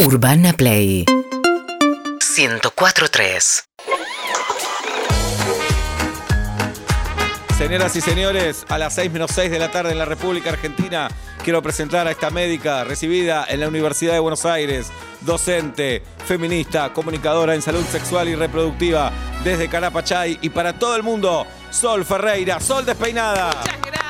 Urbana Play 104.3 Señoras y señores, a las 6 menos 6 de la tarde en la República Argentina, quiero presentar a esta médica recibida en la Universidad de Buenos Aires, docente, feminista, comunicadora en salud sexual y reproductiva, desde Carapachay y para todo el mundo, Sol Ferreira, Sol Despeinada. Gracias.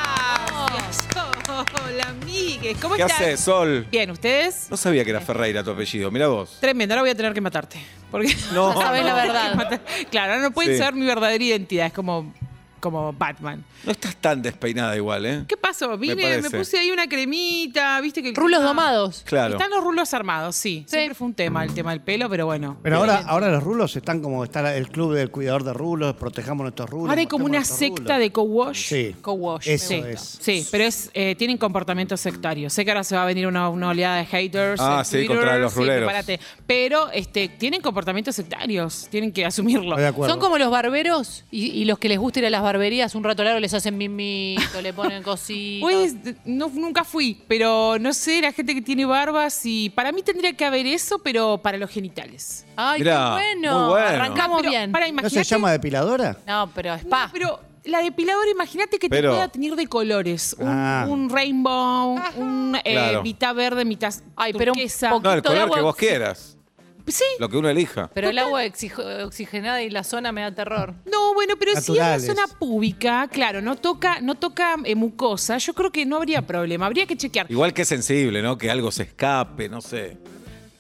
Hola, amigues. ¿Cómo ¿Qué estás? haces, Sol? Bien, ¿ustedes? No sabía que era Ferreira tu apellido, mira vos. Tremendo, ahora voy a tener que matarte. Porque No, Ya sabés la Tengo que verdad. matar- Claro, ahora no pueden Sí. saber mi verdadera identidad. Es como, como Batman. No estás tan despeinada igual, ¿eh? ¿Qué pasó? Vine, me, parece. puse ahí una cremita, viste que. Rulos Ah, domados. Claro. Están los rulos armados, sí. Sí. Siempre fue un tema, el tema del pelo, pero bueno. Pero ahora, ahora los rulos están como está el club del cuidador de rulos, protejamos nuestros rulos. Ahora hay como una mostremos nuestros secta rulos. de co-wash. Sí. Co-wash, Eso Sí, es. sí, pero es, eh, tienen comportamiento sectario. Sé que ahora se va a venir una, una oleada de haters. Ah, en sí, contra los ruleros. prepárate. Pero este, tienen comportamientos sectarios, tienen que asumirlo. Estoy de acuerdo. Son como los barberos y, y los que les gusta ir a las barberías un rato largo les hacen mimito, le ponen cositas. Pues no, nunca fui, pero no sé, la gente que tiene barbas y para mí tendría que haber eso, pero para los genitales. Ay, Mirá, qué bueno. muy bueno. Arrancamos Pero, bien. Para, ¿No imagínate, se llama depiladora? No, pero spa. No, pero la depiladora, imagínate que Pero- te pueda tener de colores. Un, Ah. un rainbow, un eh, Claro. mitad verde, mitad Ay, pero un turquesa. poco- No, el Poquito de color que agua. vos quieras, Sí, lo que uno elija. Pero el agua exijo- oxigenada y la zona me da terror. No, bueno, pero si es Naturales. una zona pública, claro, no toca, no toca eh, mucosa, yo creo que no habría problema, habría que chequear. Igual que sensible, ¿no? Que algo se escape, no sé.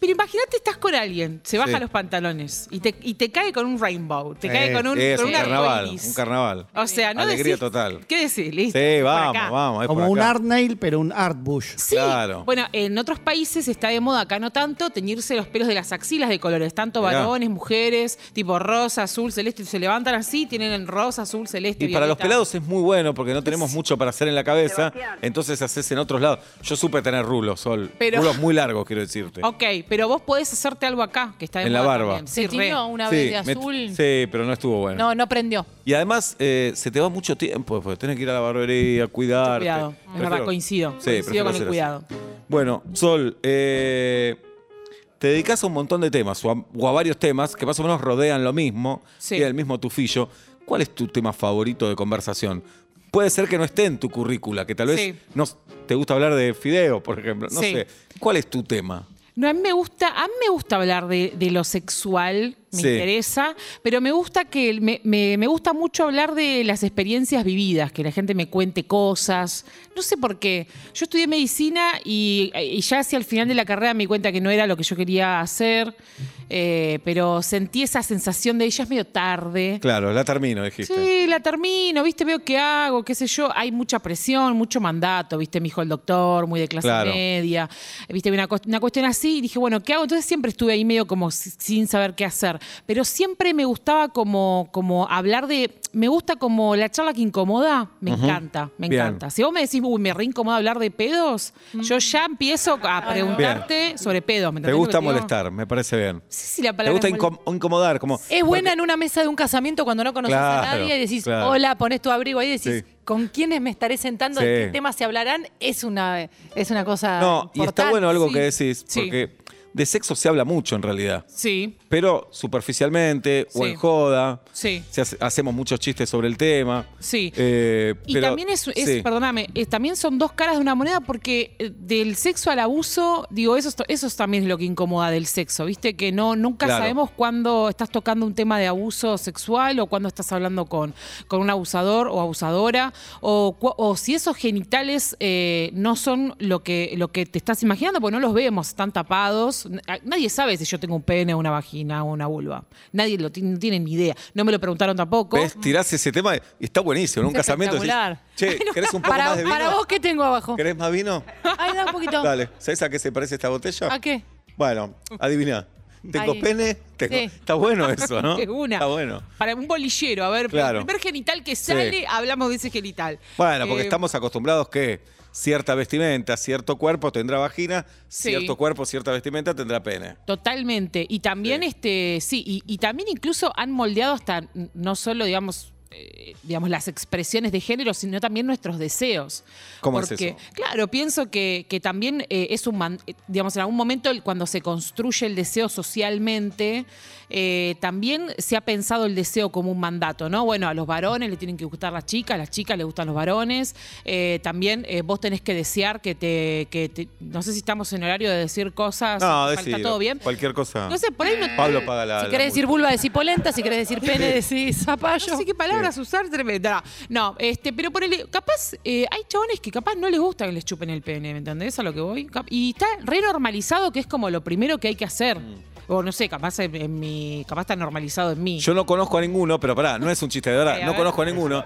Pero imagínate, estás con alguien, se baja Sí. los pantalones y te, y te cae con un rainbow, te cae Eh, con un, es con un un carnaval, arcoiris. un carnaval. O sea, no Alegría decís- total. ¿Qué decís? Listo, Sí, por vamos, acá. vamos. es Como por un acá. art nail, pero un art bush. Sí, Claro. bueno, en otros países está de moda, acá no tanto, teñirse los pelos de las axilas de colores, tanto Mirá. varones, mujeres, tipo rosa, azul, celeste, se levantan así, tienen el rosa, azul, celeste. Y para los violeta. pelados es muy bueno porque no tenemos mucho para hacer en la cabeza, entonces haces en otros lados. Yo supe tener rulos, Sol. Pero- Rulos muy largos, quiero decirte. Ok, pero vos podés hacerte algo acá, que está de En la moda barba. también. Se Sí, re. tiñó una Sí, vez de me- azul. Sí, pero no estuvo bueno. No, no prendió. Y además eh, se te va mucho tiempo después. Tenés que ir a la barbería, cuidarte. Cuidado. Es Prefiero- verdad, coincido. Sí, Coincido prefiero con el hacer así. cuidado. Bueno, Sol, eh, te dedicas a un montón de temas o a, o a varios temas que más o menos rodean lo mismo Sí. y el mismo tufillo. ¿Cuál es tu tema favorito de conversación? Puede ser que no esté en tu currícula, que tal vez Sí. no s- te gusta hablar de fideo, por ejemplo. No Sí. sé. ¿Cuál es tu tema? No, a mí me gusta, a mí me gusta hablar de, de lo sexual, me Sí. interesa, pero me gusta que el- me, me- me gusta mucho hablar de las experiencias vividas, que la gente me cuente cosas. No sé por qué. Yo estudié medicina y, y ya hacia el final de la carrera me di cuenta que no era lo que yo quería hacer, eh, pero sentí esa sensación de ella es medio tarde. Claro, la termino, dijiste. Sí, la termino, ¿viste? Veo qué hago, qué sé yo. Hay mucha presión, mucho mandato, ¿viste? Mi hijo el doctor, muy de clase Claro. media. ¿Viste? Una, cuest- una cuestión así. Y dije, bueno, ¿qué hago? Entonces siempre estuve ahí medio como si- sin saber qué hacer. Pero siempre me gustaba como, como hablar de. Me gusta como la charla que incomoda. Me encanta, me Bien. encanta. Si vos me decís, uy, me reincomoda hablar de pedos, yo ya empiezo a preguntarte sobre pedos. ¿me Te entendés lo gusta que digo? molestar, me parece bien. No sé si la Te palabra gusta es molest- incom- incomodar, como. Es buena en una mesa de un casamiento cuando no conoces a Claro, nadie y decís, claro. hola, pones tu abrigo ahí y decís, Sí. ¿con quiénes me estaré sentando? Sí. ¿De qué temas se hablarán? Es una, es una cosa. No, y está importante. bueno algo Sí. que decís, Sí. porque de sexo se habla mucho en realidad. Sí. pero superficialmente o Sí. en joda. Sí. Se hace- hacemos muchos chistes sobre el tema. Sí. Eh, Y pero- también es, es- sí. perdóname, es- también son dos caras de una moneda porque eh, del sexo al abuso, digo, eso, es to- eso es también es lo que incomoda del sexo, ¿viste? Que no nunca Claro. sabemos cuándo estás tocando un tema de abuso sexual o cuándo estás hablando con, con un abusador o abusadora o, cu- o si esos genitales eh, no son lo que, lo que te estás imaginando porque no los vemos, están tapados. N- a- Nadie sabe si yo tengo un pene, una vagina o una vulva. Nadie lo ti- no tiene ni idea. No me lo preguntaron tampoco. ¿Ves? Tirás ese tema y está buenísimo. En un Es casamiento decís, espectacular. che, ¿querés un poco Para, más de vino? para vos, ¿qué tengo abajo? ¿Querés más vino? Ay, da un poquito. Dale. ¿Sabés a qué se parece esta botella? ¿A qué? Bueno, adivina. Tengo Ahí. pene, tengo- Sí. Está bueno eso, ¿no? De una. Está bueno. Para un bolillero, a ver, Claro. el primer genital que sale, Sí. hablamos de ese genital. Bueno, porque Eh, estamos acostumbrados que cierta vestimenta, cierto cuerpo tendrá vagina, Sí. cierto cuerpo, cierta vestimenta tendrá pene. Totalmente. Y también, Sí. este, sí, y, y también incluso han moldeado hasta, n- no solo, digamos, eh, digamos, las expresiones de género, sino también nuestros deseos. ¿Cómo es Porque, eso? Claro, pienso que, que también eh, es un, man- eh, digamos, en algún momento el- cuando se construye el deseo socialmente, eh, también se ha pensado el deseo como un mandato, ¿no? Bueno, a los varones le tienen que gustar las chicas, a las chicas les gustan los varones, eh, también eh, vos tenés que desear que te, que te- no sé si estamos en horario de decir cosas, No, está decilo. todo bien. Cualquier cosa. No sé, por ahí no... Pablo paga la. Si la querés decir multa. vulva, decís polenta. Si querés decir pene, decís zapallo. No sé qué palabras usar, tremenda. No, este, pero ponele, capaz, eh, hay chabones que capaz no les gusta que les chupen el pene, ¿me entendés? A lo que voy. Cap- Y está re normalizado que es como lo primero que hay que hacer. O no sé, capaz en, en mi. capaz está normalizado en mí. Mm. Yo no conozco a ninguno, pero pará, no es un chiste de verdad, Ok, a no ver. conozco a ninguno.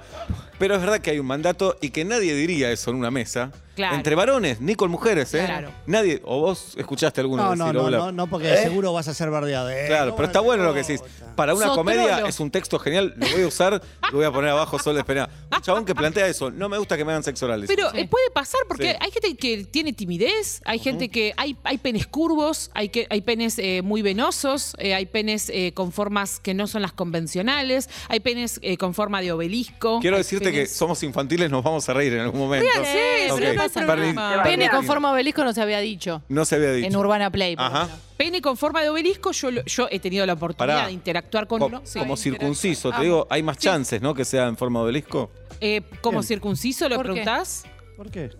Pero es verdad que hay un mandato y que nadie diría eso en una mesa. Claro. Entre varones, ni con mujeres, ¿eh? Claro. Nadie, o vos escuchaste alguno No, no, decir, no, "Hola". no, no, porque seguro vas a ser bardeado. Eh, ¿Eh? Claro, ¿cómo pero no está te bueno lo que decís. gusta? Para una Sotrolo. comedia es un texto genial, lo voy a usar, lo voy a poner abajo Sol de Espera. Un chabón que plantea eso, no me gusta que me hagan sexo oral. dice. Pero eh, puede pasar porque Sí. hay gente que tiene timidez, hay gente que hay, hay penes curvos, hay que hay penes eh, muy venosos, eh, hay penes eh, con formas que no son las convencionales, hay penes eh, con forma de obelisco. Quiero hay decirte que penes- somos infantiles, nos vamos a reír en algún momento. Ríanse, Ok, pero no pasa perdí- nada. perdí- Pene con forma obelisco no se había dicho. No se había dicho. En Urbana Play. por Ajá. ejemplo. Pene con forma de obelisco, yo, lo- yo he tenido la oportunidad Pará. de interactuar con Co- uno. Sí. como circunciso, te Ah, digo, hay más sí. chances, ¿no? Que sea en forma de obelisco. Eh, ¿Como Bien. circunciso lo ¿Por qué? preguntás? ¿Por qué?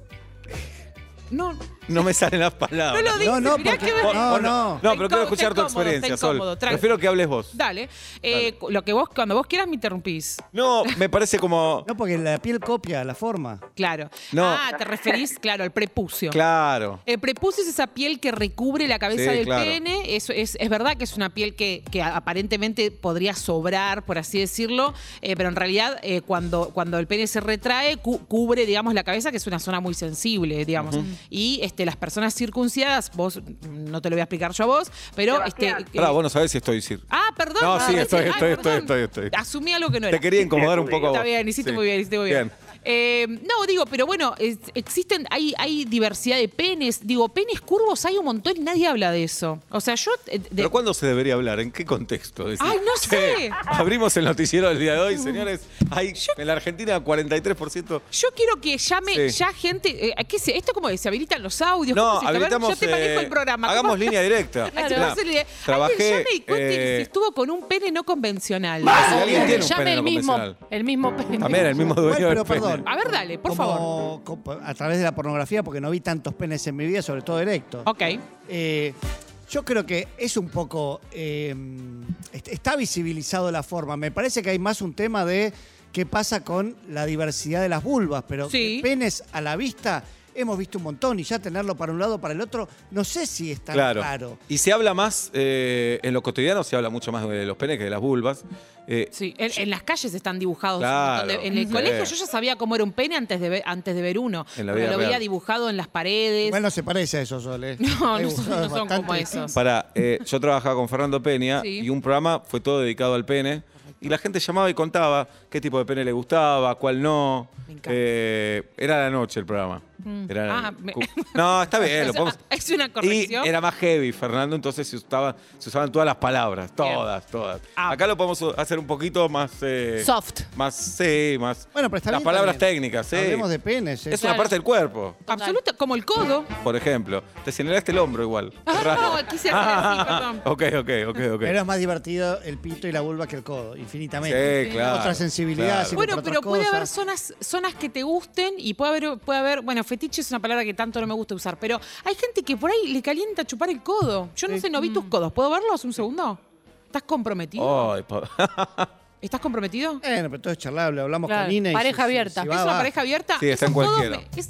No, No me salen las palabras. no lo digas. No, no, mirá porque- que- Vos- No, no. No, no. No, pero Está quiero incómodo, escuchar tu está incómodo, experiencia, está Sol. incómodo, tranqui. Prefiero que hables vos. Dale. Eh, Lo que vos, cuando vos quieras, me interrumpís. No, me parece como. No, porque la piel copia la forma. Claro. No. Ah, te referís, claro, al prepucio. Claro. El prepucio es Eh, esa piel que recubre la cabeza Sí, del claro. pene. Eso es, es verdad que es una piel que, que aparentemente podría sobrar, por así decirlo, eh, pero en realidad eh, cuando, cuando el pene se retrae, cu- cubre, digamos, la cabeza, que es una zona muy sensible, digamos. Y este, las personas circuncidadas, vos, no te lo voy a explicar yo a vos, pero... Este, Sebastián. Pará, eh, vos no sabés si estoy circunciso. Ah, perdón. No, ah, sí, recién- estoy, ay, estoy, estoy, perdón. estoy, estoy. Asumí algo que no era. Te quería incomodar un poco a vos. Está bien, hiciste Sí. muy bien, hiciste muy bien. Eh, no, digo, pero bueno, es- existen, hay, hay diversidad de penes. Digo, penes curvos hay un montón y nadie habla de eso. O sea, yo. eh, de- ¿Pero cuándo se debería hablar? ¿En qué contexto? Decir, Ay, no "Che, sé". Abrimos el noticiero del día de hoy, señores. Hay en la Argentina 43%. yo quiero que llame Sí. ya gente. eh, ¿qué se- ¿Esto como se habilitan los audios? No, ¿Cómo se- a ver, habilitamos. yo te manejo eh, el programa. ¿Cómo- Hagamos línea directa. Ay, Mirá, vamos a hacer- alguien Trabajé. llame y cuente eh, ¡Ah! si estuvo con un pene no convencional. si alguien tiene un Llame pene el no mismo, convencional. el mismo pene. También el mismo dueño Bueno, pero del pene. perdón. A ver, dale, por favor. Como- como a través de la pornografía, porque no vi tantos penes en mi vida, sobre todo erectos. Ok. Eh, yo creo que es un poco. eh, est- está visibilizado la forma. Me parece que hay más un tema de qué pasa con la diversidad de las vulvas, pero Sí. que penes a la vista hemos visto un montón y ya tenerlo para un lado para el otro, no sé si es tan Claro. raro. Y se habla más, eh, en lo cotidiano se habla mucho más de los penes que de las vulvas. Eh, Sí, en, en las calles están dibujados. un Claro. montón de- en el Sí. colegio yo ya sabía cómo era un pene antes de ver, antes de ver uno. En la Porque vida lo veía real. dibujado en las paredes. Igual no se parece a eso, Sol. ¿eh? no, no son, no Dibujado es son bastante como distinto. esos. Para, eh, yo trabajaba con Fernando Peña Sí. y un programa fue todo dedicado al pene. Y la gente llamaba y contaba qué tipo de pene le gustaba, cuál no. Me encanta. Eh, era la noche el programa. Era la- Ah, me- cu- No, está bien, lo Es- podemos- es una corrección. Y era más heavy, Fernando, entonces se, usaba- se usaban todas las palabras, todas, todas. Ah. Acá lo podemos hacer un poquito más... eh, Soft. Más, sí, más... Bueno, pero está Las bien palabras también. técnicas, sí. Hablemos de penes. ¿eh? Es una parte del cuerpo, Absoluta, como el codo. por ejemplo. Te señalaste el hombro igual. Ah, Raro. ah, no, quise hacer así, perdón. ok, ok, ok, ok. Pero es más divertido el pito y la vulva que el codo, infinitamente. Sí, claro, Otra sensibilidad. claro. sirve Bueno, para pero otras puede cosas. haber zonas, zonas que te gusten y puede haber, puede haber, bueno, fetiche es una palabra que tanto no me gusta usar, pero hay gente que por ahí le calienta chupar el codo. Yo no sé, no vi Mm. tus codos. ¿Puedo verlos un segundo? ¿Estás comprometido? Ay, pa- ¿Estás comprometido? Bueno, pero todo es charlable, hablamos Claro, con Ina. y pareja si- si- abierta. si ¿Es va, una va. pareja abierta? Sí, está en Esos codos cualquiera. me- es-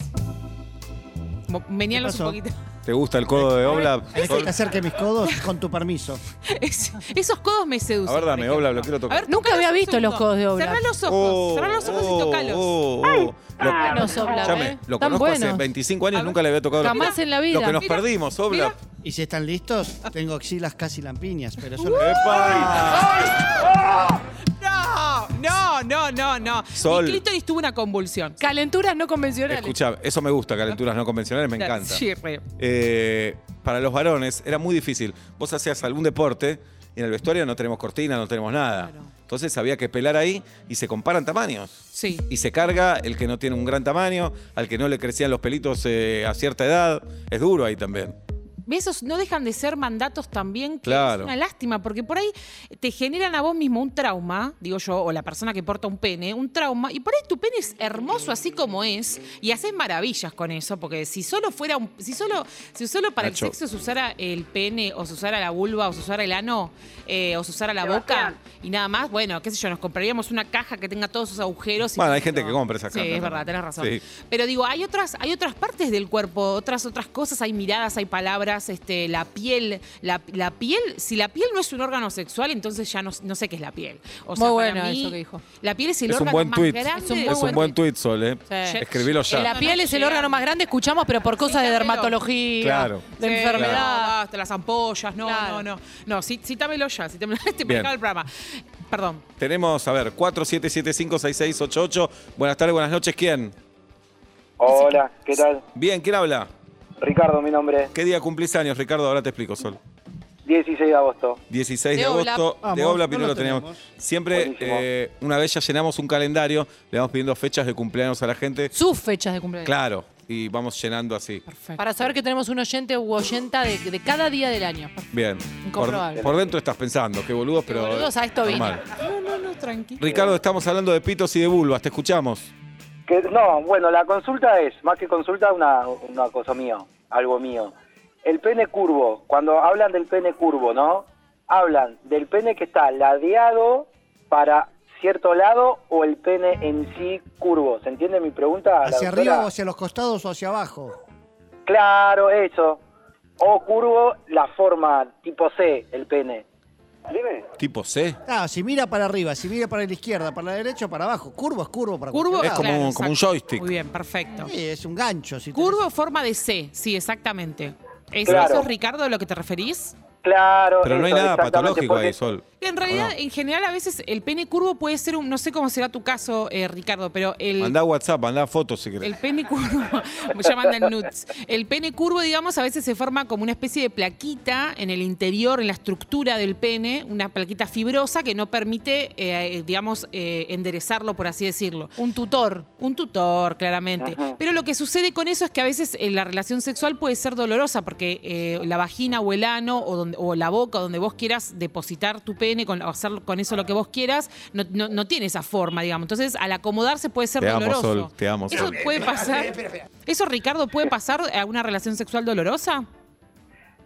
Mo- meníalos ¿Qué un pasó? poquito. ¿Te gusta el codo de Obla? Tenés que acerque mis codos con tu permiso. Es- esos codos me seducen. A ver, dame, por ejemplo. Obla, lo quiero tocar. A ver, Nunca tocalos había un visto segundo. los codos de Obla. Cerrá los ojos, Oh, cerrá los ojos oh, y ah, tocalos. oh, oh. Lo- Buenos, Obla, Escuchame, ¿eh? lo Tan conozco hace buenos. 25 años, nunca le había tocado los- Jamás en la vida. Lo que nos Mira. perdimos, Obla. Mira. Y si están listos, tengo axilas casi lampiñas, pero eso no- ¡Epa! No, no, no, no, no. Sol. Mi clítoris tuvo una convulsión. Calenturas no convencionales. Escuchame, eso me gusta, calenturas no convencionales, me encanta. Sí, re. Eh, para los varones era muy difícil. Vos hacías algún deporte en el vestuario no tenemos cortina, no tenemos nada. Claro. Entonces había que pelar ahí y se comparan tamaños. Sí. Y se carga el que no tiene un gran tamaño, al que no le crecían los pelitos eh, a cierta edad. Es duro ahí también. Esos no dejan de ser mandatos también, que Claro. es una lástima, porque por ahí te generan a vos mismo un trauma, digo yo, o la persona que porta un pene, un trauma, y por ahí tu pene es hermoso así como es, y haces maravillas con eso, porque si solo fuera un, si solo, si solo para Nacho. el sexo se usara el pene, o se usara la vulva, o se usara el ano, eh, o se usara la boca, Sebastián. y nada más, bueno, qué sé yo, nos compraríamos una caja que tenga todos sus agujeros. y Bueno, hay listo. gente que compra esas Sí, cajas es también. verdad, tenés razón. Sí. Pero digo, hay otras, hay otras partes del cuerpo, otras, otras cosas, hay miradas, hay palabras, este, la piel, la, la piel, si la piel no es un órgano sexual, entonces ya no, no sé qué es la piel. O sea, Muy para bueno mí, eso que dijo. La piel es el es un órgano buen más tweet. grande. Es un, muy buen buen tweet, Sol, ¿eh? Sí. Escribilo ya. La piel es el Llegando. órgano más grande, escuchamos, pero por cosas de Cítamelo. dermatología, Claro. de Sí, enfermedad. no, basta, las ampollas, no, no, Claro. no. No, sí, cítamelo ya, cítamelo, te me Bien. acaba el programa. Perdón. Tenemos, a ver, 47756688. Buenas tardes, buenas noches. ¿Quién? Hola, ¿qué tal? Bien, ¿quién habla? Ricardo, mi nombre. ¿Qué día cumplís años, Ricardo? Ahora te explico, Sol. 16 de agosto. 16 de, De Oblap. agosto, de Vamos, Oblap y no no lo lo teníamos. tenemos. Siempre, Buenísimo. eh, una vez ya llenamos un calendario, le vamos pidiendo fechas de cumpleaños a la gente. Sus fechas de cumpleaños. Claro, y vamos llenando así. Perfecto. Para saber que tenemos un oyente u oyenta de, de cada día del año. Bien. Por, Incomprobable. por dentro estás pensando, qué boludos, pero. boludos, a esto vine. No, no, no, tranquilo. Ricardo, estamos hablando de pitos y de vulvas, te escuchamos. Que, no, bueno, la consulta es, más que consulta, una, una cosa mío, algo mío. El pene curvo, cuando hablan del pene curvo, ¿no? Hablan del pene que está ladeado para cierto lado o el pene en sí curvo. ¿Se entiende mi pregunta? la ¿Hacia doctora? arriba o hacia los costados o hacia abajo? Claro, eso. O curvo, la forma tipo C, el pene. Dime. Tipo C. Ah, si mira para arriba, si mira para la izquierda, para la derecha o para abajo. Curvo es curvo para Curvo, cualquier Es como lado. claro, un- como un exacto. joystick. Muy bien, perfecto. Sí, es un gancho. Si Curvo en forma de C, sí, exactamente. ¿Es Claro. eso, Ricardo, a lo que te referís? Claro. Pero no hay eso, nada exactamente, patológico porque- ahí, Sol. En ¿O realidad, no? en general, a veces el pene curvo puede ser un. No sé cómo será tu caso, eh, Ricardo, pero el. Mandá WhatsApp, mandá fotos si querés. El pene curvo, ya mandan nudes. El pene curvo, digamos, a veces se forma como una especie de plaquita en el interior, en la estructura del pene, una plaquita fibrosa que no permite, eh, digamos, eh, enderezarlo, por así decirlo. Un tutor. Un tutor, claramente. Ajá. Pero lo que sucede con eso es que a veces eh, la relación sexual puede ser dolorosa porque eh, la vagina o el ano o, donde- o la boca, donde vos quieras depositar tu pene con, o hacer con eso lo que vos quieras, no, no- no tiene esa forma, digamos. Entonces, al acomodarse puede ser Te amo, doloroso. Sol, te amo, Eso Sol. puede pasar. Eso, Ricardo, puede pasar a una relación sexual dolorosa.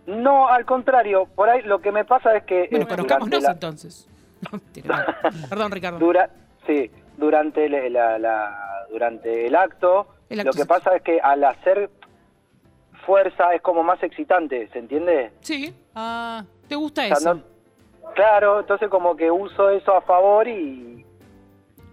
No, al contrario, por ahí lo que me pasa es que Bueno, eh, durante, conozcámonos la, entonces. No, mentira, no. Perdón, Ricardo. dura- sí, durante, el- la- la- durante el acto, El acto lo que sexual. pasa es que al hacer fuerza es como más excitante, ¿se entiende? Sí, Ah, ¿te gusta O sea, eso? no- claro, entonces como que uso eso a favor y...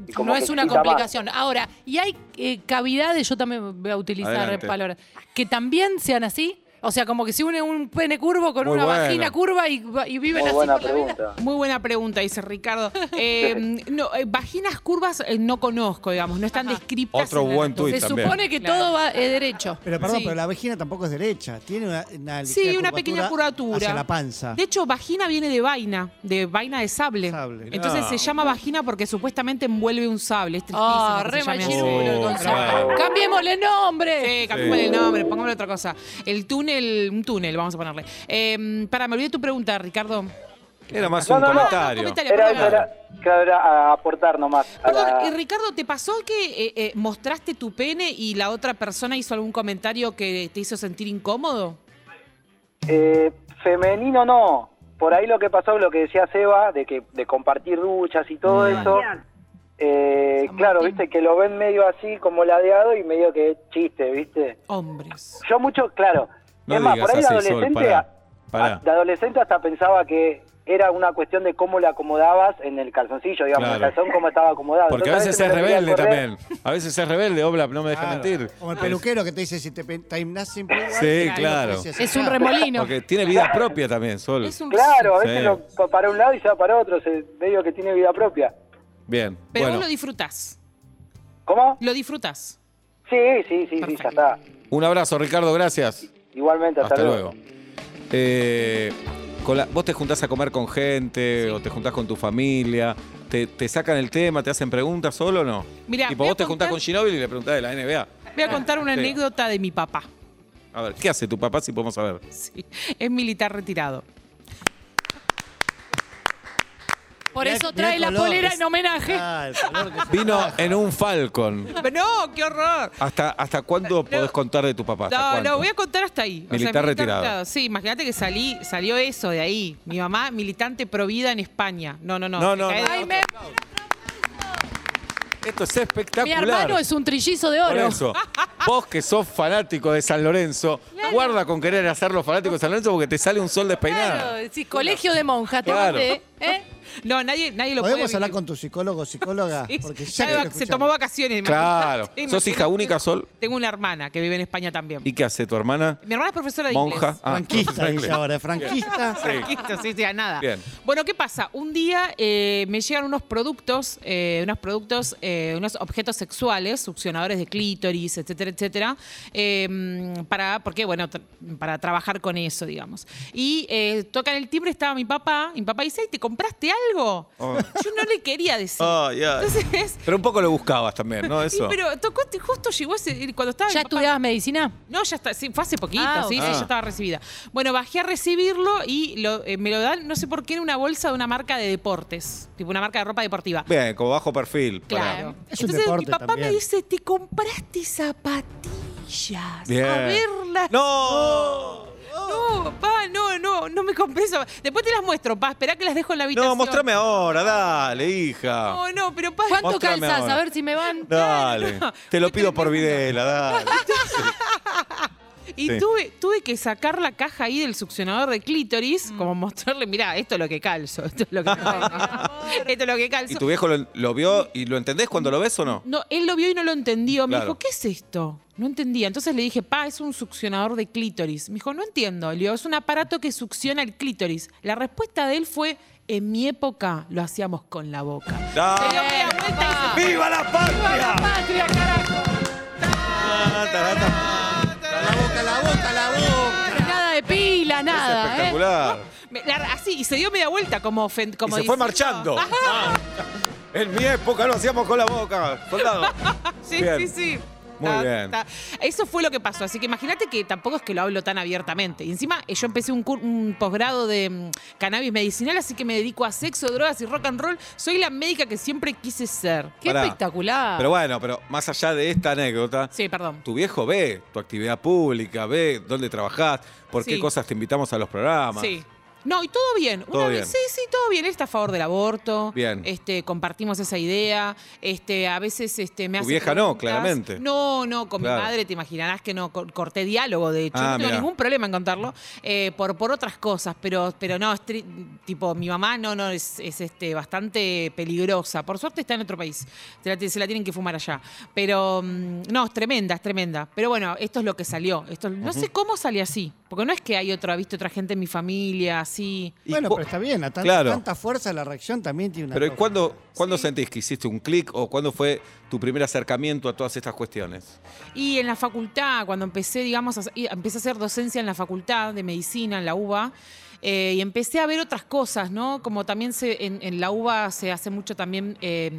y como no que es una excita más. complicación. Ahora, y hay eh, cavidades, yo también voy a utilizar Adelante. palabras, que también sean así. O sea, como que se une un pene curvo con Muy una bueno. vagina curva y, y viven Muy así buena por la vida. pregunta. Muy buena pregunta, dice Ricardo. Eh, no, eh, vaginas curvas eh, no conozco, digamos, no están descritas. Otro en la buen natura. tuit Se también. supone que Claro. todo va eh, derecho. Pero perdón, Sí. pero la vagina tampoco es derecha. Tiene una, una Sí, una pequeña curvatura. Hacia la panza. De hecho, vagina viene de vaina, de vaina de sable. Sable. Ah. Entonces se llama vagina porque supuestamente envuelve un sable. Es tristísimo. Ah, que re se llame así. machirulo el Oh, concepto. claro. Cambiémosle nombre. Sí, cambiémosle el nombre, pongámosle otra cosa. El túnel, un túnel, vamos a ponerle. Eh, para, me olvidé tu pregunta, Ricardo. Era más No, un no, no. comentario. Comentario, Era, perdón. era- claro, era a aportar nomás. a Perdón, la- eh, Ricardo, ¿te pasó que eh, eh, mostraste tu pene y la otra persona hizo algún comentario que te hizo sentir incómodo? Eh, femenino no. Por ahí lo que pasó, lo que decía Seba, de que de compartir duchas y todo eso. eh, Mm. San claro, Martín. viste que lo ven medio así como ladeado y medio que es chiste, viste. Hombres. Yo mucho, claro. No es más, digas por ahí de así, Sol, adolescente, pará, a- pará. a- de adolescente hasta pensaba que era una cuestión de cómo la acomodabas en el calzoncillo, digamos, Claro. el calzón cómo estaba acomodado. Porque a Entonces, veces me es quería rebelde correr. también. A veces es rebelde, Oblap, no me deja Claro. mentir. Como el peluquero que te dice si te pe- timnás siempre igual, Sí, te claro. ofreces Es un acá. remolino. Porque tiene vida propia también, Sol. Es un- Claro, a Sí. veces lo- pa- para un lado y se va para otro, se, medio que tiene vida propia. Bien. Pero bueno, vos lo disfrutás. ¿Cómo? Lo disfrutás. Sí, sí, sí, sí, Perfecto. ya está. un abrazo, Ricardo, gracias. Igualmente, Hasta, luego. Eh, con la- vos te juntás a comer con gente o te juntás con tu familia, te, te sacan el tema, te hacen preguntas solo o no. Mirá, tipo, voy a vos te juntás contar- con Ginóbili y le preguntás de la NBA. Voy Ah, a contar una Sí. anécdota de mi papá. A ver, ¿qué hace tu papá si podemos saber? Sí, es militar retirado. Por Mirá- eso mirá trae el la color, polera es- en homenaje. Ah, el color que se- Vino en un Falcon. Pero No, qué horror. ¿Hasta, hasta cuándo podés contar de tu papá? ¿Hasta No, cuándo? no, voy a contar hasta ahí. Militar retirado. Sí, imagínate que salí, salió eso de ahí. Mi mamá, militante pro vida en España. No, no, no. No, me no, cae de- Ay, me- Esto es mi espectacular. hermano es un trillizo de Por oro. eso, vos que sos fanático de San Lorenzo, guarda con querer hacerlo fanático de San Lorenzo porque te sale un sol despeinado. Claro, sí, colegio de monjas, Claro. tómate, ¿eh? No, nadie, nadie lo ¿Podemos puede hablar vivir. con tu psicólogo, psicóloga? Sí, Porque sí. ya Nadie quiero va- se escucharlo. tomó vacaciones. Claro. imagínate. ¿Sos hija única, Sol? Tengo una hermana que vive en España también. ¿Y qué hace tu hermana? Mi hermana es profesora de Monja. inglés. Ah, Franquista, perfecto. dice ahora, franquista. Franquista, sí, sí, a nada. Bien. Bueno, ¿qué pasa? Un día eh, me llegan unos productos, eh, unos productos, eh, unos objetos sexuales, succionadores de clítoris, etcétera, etcétera, eh, para, porque bueno, tra- para trabajar con eso, digamos. Y eh, tocan el timbre, estaba mi papá, y mi papá dice, "Ay, ¿te compraste algo? Oh. Yo no le quería decir. Ay, ay. Entonces, Pero un poco lo buscabas también, ¿no? Oh, y Eso. pero tocó, justo llegó ese, cuando estaba ¿Ya mi papá- estudiabas medicina? no, ya está, sí, fue hace poquito, Ah, sí, ok. sí, Ah. ya estaba recibida. Bueno, bajé a recibirlo y lo- eh, me lo dan, no sé por qué, en una bolsa de una marca de deportes, tipo una marca de ropa deportiva. Bien, como bajo perfil. para- Claro. Es un Entonces mi deporte papá me también. dice, te compraste zapatillas. Bien. A verlas. ¡No! No, papá, no, no, no me compré zapatillas. Después te las muestro, papá, esperá que las dejo en la habitación. No, mostrame ahora, dale, hija. No, no, pero papá... ¿Cuánto Mostrame calzás? ahora. A ver si me van. Dale. no. Te lo Estoy pido por tremendo. videla, dale. Y Sí. tuve, tuve que sacar la caja ahí del succionador de clítoris, como mostrarle, mirá, esto es lo que calzo, esto es lo que esto es lo que calzo. ¿Y tu viejo lo, lo vio y lo entendés cuando lo ves o no? No, él lo vio y no lo entendió. Me Claro. dijo, ¿qué es esto? No entendía. Entonces le dije, pa, es un succionador de clítoris. Me dijo, no entiendo. Le digo, es un aparato que succiona el clítoris. La respuesta de él fue, en mi época lo hacíamos con la boca. Dale. Se dio media vuelta y se fue. ¡Viva la patria! Ah, tarata. La boca, la boca, la boca. Nada de pila, nada. ¿eh? Espectacular. Me- la- así, y se dio media vuelta como ofen- como y se fue marchando. diciendo- En mi época lo hacíamos con la boca, soldado. Sí, Bien. sí, sí. Muy bien. Eso fue lo que pasó. Así que imagínate que tampoco es que lo hablo tan abiertamente. Y encima, eh, yo empecé un, cur- un posgrado de mm, cannabis medicinal, así que me dedico a sexo, drogas y rock and roll. Soy la médica que siempre quise ser. Qué Pará. espectacular. Pero bueno, pero más allá de esta anécdota, Sí, perdón. tu viejo ve tu actividad pública, ve dónde trabajás, por qué Sí. cosas te invitamos a los programas. Sí. No, y todo bien. Todo Una vez- bien. sí, sí, todo bien. Él está a favor del aborto. Bien. Este, compartimos esa idea. Este, a veces este, me Tu hace vieja no, preguntas. claramente. No, no, con Claro. mi madre te imaginarás que no co- corté diálogo, de hecho. Ah, no tengo mirá. ningún problema en contarlo. eh, por, por otras cosas, pero, pero no, es tri- tipo, mi mamá no, no, es, es, este, bastante peligrosa. Por suerte está en otro país. Se la, ti- se la tienen que fumar allá. Pero mm, no, es tremenda, es tremenda. Pero bueno, esto es lo que salió. Esto, no sé cómo salió así. Porque no es que hay otra, viste otra gente en mi familia, así. Y Bueno, cu- pero está bien, a tan- Claro. tanta fuerza la reacción también tiene una. Pero ¿y cosa. ¿cuándo, ¿cuándo sentís que hiciste un clic o cuándo fue tu primer acercamiento a todas estas cuestiones? Y en la facultad, cuando empecé, digamos, a, y empecé a hacer docencia en la facultad de medicina, en la UBA, eh, y empecé a ver otras cosas, ¿no? Como también se, en, en la UBA se hace mucho también, eh,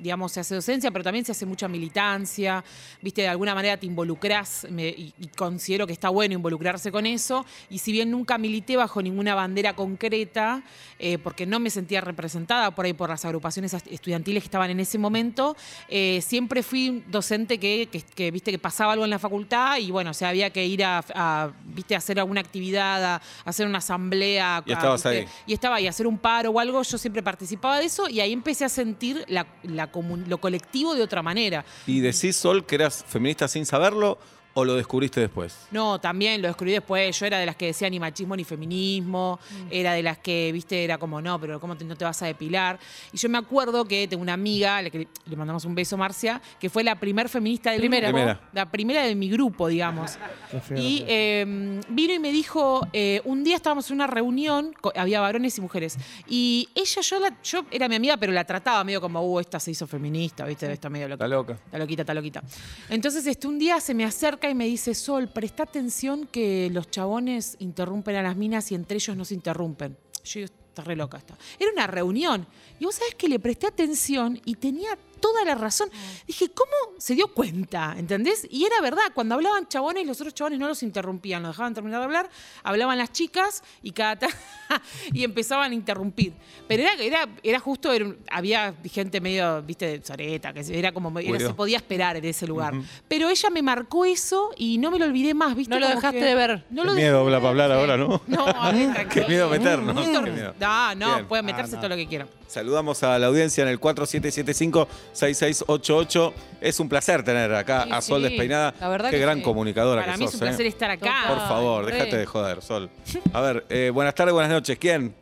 digamos, se hace docencia, pero también se hace mucha militancia, ¿viste? De alguna manera te involucrás, me- y, y considero que está bueno involucrarse con eso, y si bien nunca milité bajo ninguna bandera concreta, eh, porque no me sentía representada por ahí por las agrupaciones ast- estudiantiles que estaban en ese momento, eh, siempre fui un docente que, que- que, viste que pasaba algo en la facultad y bueno, o sea, había que ir a, a, viste, a hacer alguna actividad, a, hacer una asamblea. Y a- estabas viste, ahí. Y estaba ahí, hacer un paro o algo, yo siempre participaba de eso y ahí empecé a sentir la- la comun- lo colectivo de otra manera. ¿Y decís, Sol, que eras feminista sin saberlo o lo descubriste después? No, también lo descubrí después. Yo era de las que decía ni machismo ni feminismo. Mm. Era de las que, viste, era como, no, pero ¿cómo te- no te vas a depilar? Y yo me acuerdo que tengo una amiga, a la que le mandamos un beso, Marcia, que fue la primer feminista del Primera. grupo. Primera. La primera de mi grupo, digamos. Qué feo, Y qué feo. eh, vino y me dijo, eh, un día estábamos en una reunión, co- había varones y mujeres, y ella, yo, la, yo era mi amiga, pero la trataba medio como, uh, esta se hizo feminista, viste, esta medio loca. Está loca. Está loquita, está loquita. Entonces, este, un día se me acerca marca y me dice, Sol, presta atención que los chabones interrumpen a las minas y entre ellos no se interrumpen. Yo digo, está re loca esta. Era una reunión. Y vos sabés que le presté atención y tenía toda la razón. Dije, ¿cómo se dio cuenta? ¿Entendés? Y era verdad, cuando hablaban chabones, los otros chabones no los interrumpían, los dejaban terminar de hablar, hablaban las chicas y cada ta- y empezaban a interrumpir. Pero era, era, era justo, era un- había gente medio, viste, soreta, que se- era como, era- Curio. se podía esperar en ese lugar. Pero ella me marcó eso y no me lo olvidé más, viste. No lo como dejaste que- de ver. No lo Qué dejé miedo de habla ver. para hablar ahora, ¿no? No, a ver, Qué tranquilo. miedo meternos, Muy qué tor- miedo. No, no, Bien. pueden meterse Ah, no. todo lo que quieran. Saludamos a la audiencia en el 4775-6688. Es un placer tener acá Sí, a Sol sí. Despeinada. La verdad Qué que gran sí. comunicadora Para que mí sos. es un ¿eh? placer estar acá. Total. Por favor, Ay, déjate re. de joder, Sol. A ver, eh, buenas tardes, buenas noches. ¿Quién?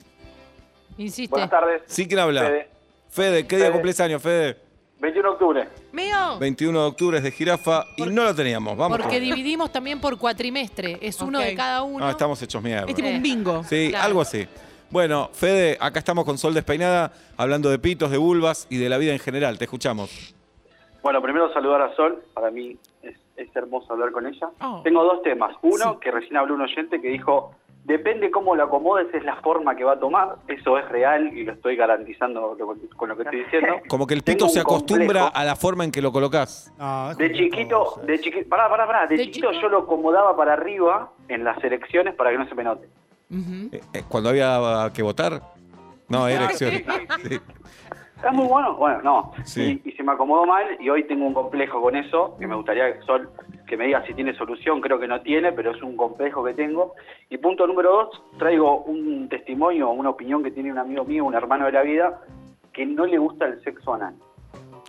Insiste. Buenas tardes. ¿Sí quién habla? Fede. Fede, ¿qué día Fede. cumplís año, Fede? 21 de octubre. Mío. 21 de octubre es de jirafa y no lo teníamos. Vamos. Porque dividimos también por cuatrimestre. Es uno Ok. de cada uno. no, Ah, estamos hechos mierda. Es tipo un bingo. Sí, Claro. algo así. Bueno, Fede, acá estamos con Sol Despeinada, hablando de pitos, de vulvas y de la vida en general. Te escuchamos. Bueno, primero saludar a Sol. Para mí es, es hermoso hablar con ella. Oh. Tengo dos temas. Uno, Sí. que recién habló un oyente que dijo, depende cómo lo acomodes, es la forma que va a tomar. Eso es real y lo estoy garantizando lo- con lo que estoy diciendo. Como que el Tengo pito un se acostumbra complejo. a la forma en que lo colocás. No, es De complicado, Oh, chiquito, sí. de chiquito, pará, pará, pará. De, De chiquito chico. yo lo acomodaba para arriba en las elecciones para que no se me note. Ujú. Eh, eh, Cuando había que votar. No, era elección. Sí. ¿Está muy bueno? Bueno, no. Sí. Y, y se me acomodó mal y hoy tengo un complejo con eso, que me gustaría Sol que me diga si tiene solución, creo que no tiene, pero es un complejo que tengo. Y punto número dos, traigo un testimonio, una opinión que tiene un amigo mío, un hermano de la vida, que no le gusta el sexo anal.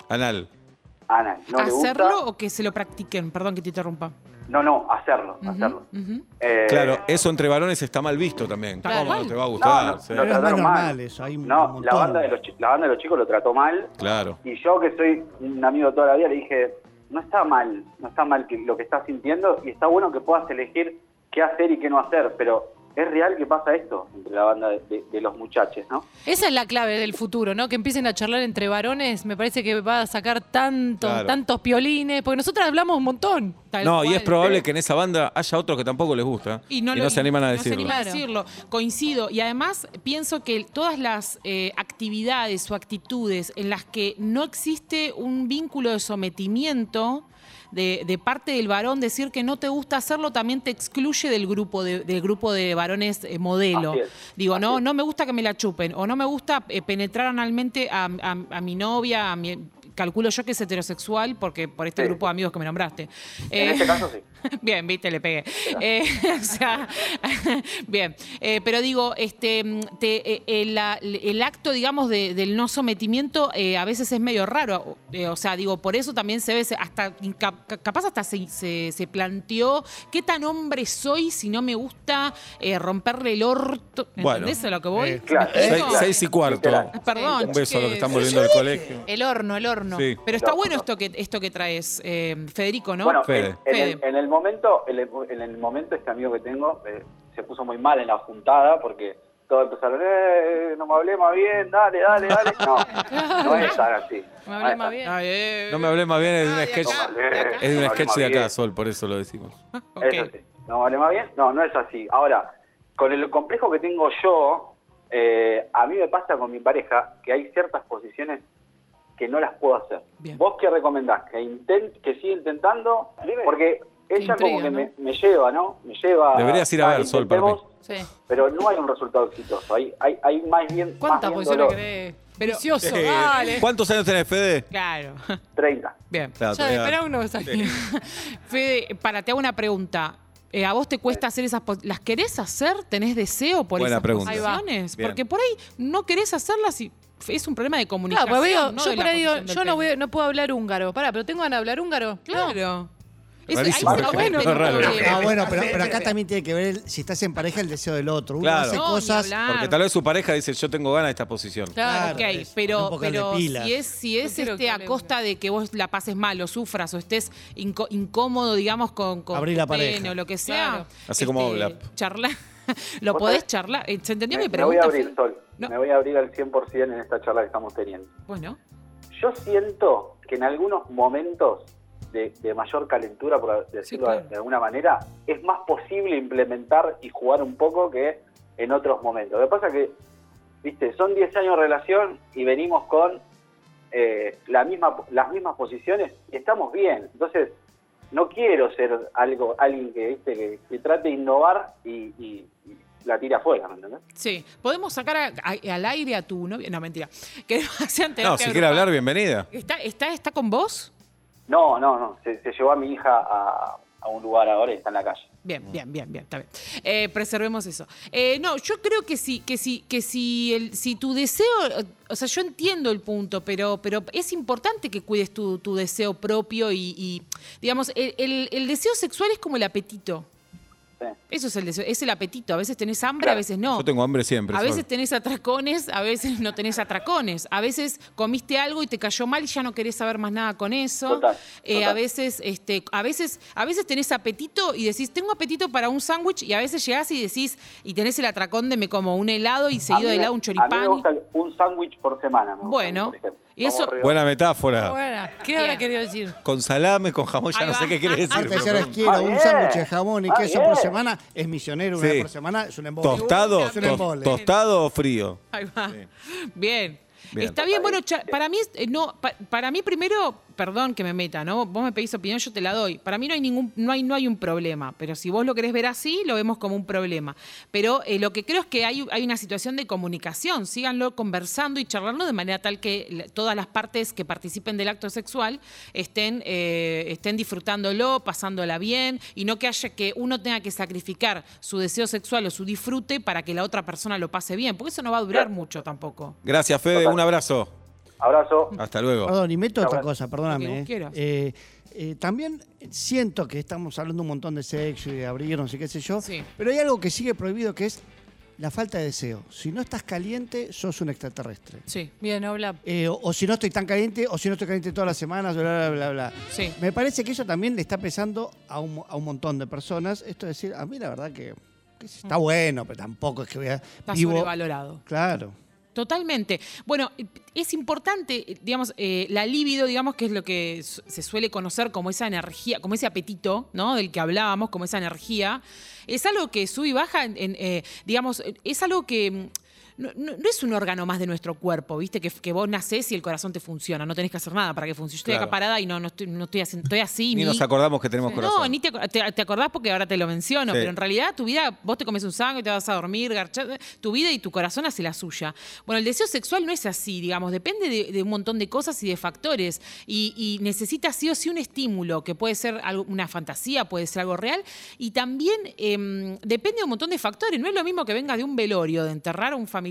Anal. Anal, no le gusta. ¿Hacerlo o que se lo practiquen? Perdón que te interrumpa. No, no, hacerlo, Ujú, hacerlo. ujú. Eh, Claro, eso entre varones está mal visto también. Tal ¿Cómo cual. no te va a No, gustar? no, Sí. lo Pero es más trataron normal mal. eso, hay un No, la montón. Ah, banda, de los, chi- la banda de los chicos lo trató mal. Claro. Y yo, que soy un amigo de toda la vida, le dije, no está mal, no está mal que- lo que estás sintiendo y está bueno que puedas elegir qué hacer y qué no hacer, pero es real que pasa esto entre la banda de, de- de los muchachos, ¿no? Esa es la clave del futuro, ¿no? Que empiecen a charlar entre varones. Me parece que va a sacar tanto, Claro. tantos piolines. Porque nosotras hablamos un montón. Tal No, y cual. es probable que en esa banda haya otros que tampoco les gusta y no, lo- se animan a no se decirlo. animan a Claro. decirlo. Coincido. Y además pienso que todas las eh, actividades o actitudes en las que no existe un vínculo de sometimiento de, de parte del varón, decir que no te gusta hacerlo también te excluye del grupo de, del grupo de varones eh, modelo. Así es. Digo, no, no me gusta que me la chupen o no me gusta eh, penetrar analmente a, a- a mi novia, a mi- calculo yo que es heterosexual porque por este Sí. grupo de amigos que me nombraste. En Eh, este caso sí. Bien, viste, le pegué. Eh, o sea, bien. Eh, pero digo, este, mm, te- eh, eh, la- el, acto, digamos, de- del no sometimiento eh, a veces es medio raro. Eh, o sea, digo, por eso también se ve, se- hasta inca- ca- capaz hasta se, se- se planteó qué tan hombre soy si no me gusta eh, romperle el orto. ¿Entendés Bueno. a lo que voy? Eh, claro, ¿Me Seis, explico? claro. seis y cuarto. Literal. Perdón. Un beso a los que chiques. están volviendo del colegio. Eh, El horno, el horno. Sí. Pero está No, bueno no. esto que esto que traes, eh, Federico, ¿no? Bueno, Fede. en, en el, Fede. en el momento, en el, en el momento este amigo que tengo eh, se puso muy mal en la juntada porque todos empezaron, eh, no me hablé más bien, dale, dale, dale. No, no es tan así. Me No hablé más es tan- bien. Ay, eh, No me hablé más bien, es de Ah, un de sketch. acá, de acá. Es de un No me sketch de hablé más acá, bien. Sol, por eso lo decimos. ok. Eso sí. ¿No vale más bien? No, no es así. Ahora, con el complejo que tengo yo, eh, a mí me pasa con mi pareja que hay ciertas posiciones que no las puedo hacer. Bien. ¿Vos qué recomendás? ¿Que, intent que siga intentando? Porque ella Intriga, como que ¿no? me, me lleva, ¿no? Me lleva... Deberías ir a "Ah, ver, Sol, para mí". intentemos", Sí. Pero no hay un resultado exitoso. Hay, hay, hay más bien... más ¿Cuántas bien posiciones dolor. querés? Pero- Vicioso, Eh, dale. ¿Cuántos años tenés, Fede? Claro. 30. Bien. Claro, Ya, todavía- espera uno. salí. Fede, para, te hago una pregunta. Eh, ¿A vos te cuesta hacer esas pos- ¿Las querés hacer? ¿Tenés deseo por Buena esas pregunta. Ahí va. posiciones? Bien. Porque por ahí no querés hacerlas y f- es un problema de Claro, comunicación. pues veo, no yo de por la ahí digo, posición del yo no, pene. voy- no puedo hablar húngaro. Pará, pero tengo ganas de hablar húngaro. Claro. Eso- Rarísimo, ahí está bueno, no, el raro. problema. Ah, bueno, pero, pero acá también tiene que ver el- si estás en pareja el deseo del otro. Uno Claro. hace No, ni cosas. hablar. Porque tal vez su pareja dice, yo tengo ganas de esta posición. Claro. Ah, Ok, Claro, es un pero, poco de pero pilas. si es, si es quiero este, que a le- costa de que vos la pases mal o sufras o estés inco- incómodo, digamos, con, con Abrí la tu pene pareja. o lo que Claro. sea. este, Así como Oblap. Charla. Lo ¿Vos podés sabés? charlar. Eh, ¿Se entendió mi Me, me pregunta? voy a abrir, Fede? Sol. No. Me voy a abrir al 100% en esta charla que estamos teniendo. Bueno. Yo siento que en algunos momentos de, de mayor calentura, por decirlo Sí, claro. de alguna manera, es más posible implementar y jugar un poco que en otros momentos. Lo que pasa que, viste, son 10 años de relación y venimos con eh, la misma, las mismas posiciones y estamos bien. Entonces, no quiero ser algo alguien que, viste, que, que trate de innovar y, y- y la tira afuera, ¿me entendés? Sí, podemos sacar a- a- al aire a tu novia. No, mentira. Que hacían No, terapia si quiere grupal. hablar, bienvenida. ¿Está, está, ¿Está con vos? No, no, no. Se, se llevó a mi hija a, a un lugar ahora y está en la calle. Mm. Bien, bien, bien, bien, está bien. Eh, preservemos eso. Eh, no, yo creo que sí, que sí, que si el, si tu deseo, eh, o sea, yo entiendo el punto, pero, pero es importante que cuides tu, tu deseo propio y, y, digamos, el, el- el deseo sexual es como el apetito. Sí. Eso es el deseo, es el apetito. A veces tenés hambre, a Claro. veces no. Yo tengo hambre siempre. A Sol. veces tenés atracones, a veces no tenés atracones. A veces comiste algo y te cayó mal y ya no querés saber más nada con eso. Total, Eh, total. A veces, este, a veces, a veces tenés apetito y decís, tengo apetito para un sándwich, y a veces llegás y decís, y tenés el atracón de me como un helado y A mí seguido de me- helado un A mí me choripán. gusta un sándwich por semana. me gusta, Bueno, por ejemplo. y eso- Como Buena metáfora. Bueno, ¿qué habrá querido decir? Con salame, con jamón, ya Ahí no va. sé qué quiere decir. Parte de ser pero- esquina, Ah, un bien. sándwich de jamón y Ah, queso por bien. semana es millonero, una Sí. vez por semana es un embole. Tostado, Es un to- embole. tostado o frío. Ahí va. Bien. Bien. Está bien, bueno, cha- para mí, eh, no, pa- para mí primero, perdón que me meta, ¿no? Vos me pedís opinión, yo te la doy. Para mí no hay ningún, no hay, no hay un problema, pero si vos lo querés ver así, lo vemos como un problema. Pero eh, lo que creo es que hay, hay una situación de comunicación, síganlo conversando y charlando de manera tal que la- todas las partes que participen del acto sexual estén, eh, estén disfrutándolo, pasándola bien, y no que haya que uno tenga que sacrificar su deseo sexual o su disfrute para que la otra persona lo pase bien, porque eso no va a durar mucho tamtampoco. Gracias, Fede. Un abrazo. Abrazo. Hasta luego. Perdón, y meto otra bueno. cosa, Lo que perdóname. vos quieras. eh. Eh, eh, también siento que estamos hablando un montón de sexo y de abrirnos y qué sé yo, Sí. pero hay algo que sigue prohibido que es la falta de deseo. Si no estás caliente, sos un extraterrestre. Sí. Bien, habla. Eh, o, o si no estoy tan caliente, o si no estoy caliente todas las semanas, bla, bla, bla, bla. Sí. Me parece que eso también le está pesando a un, a un montón de personas. Esto es decir, a mí la verdad que, que está bueno, pero tampoco es que voy a... Mm. Está vivo- sobrevalorado. Claro. Totalmente. Bueno, es importante, digamos, eh, la libido, digamos, que es lo que su- se suele conocer como esa energía, como ese apetito, ¿no? Del que hablábamos, como esa energía. Es algo que sube y baja, en- en, eh, digamos, eh, es algo que. mm, No, no- no es un órgano más de nuestro cuerpo, ¿viste? Que, que vos nacés y el corazón te funciona, no tenés que hacer nada para que funcione. Yo estoy Claro. acá parada y no, no estoy, no estoy, haciendo- estoy así. Ni mi- nos acordamos que tenemos corazón. No, ni te, aco- te- te acordás porque ahora te lo menciono, Sí. pero en realidad tu vida, vos te comes un sangue, te vas a dormir, garchás, tu vida y tu corazón hace la suya. Bueno, el deseo sexual no es así, digamos, depende de, de un montón de cosas y de factores. Y, y necesita sí o sí un estímulo, que puede ser algo- una fantasía, puede ser algo real. Y también em, depende de un montón de factores. No es lo mismo que vengas de un velorio, de enterrar a un familiar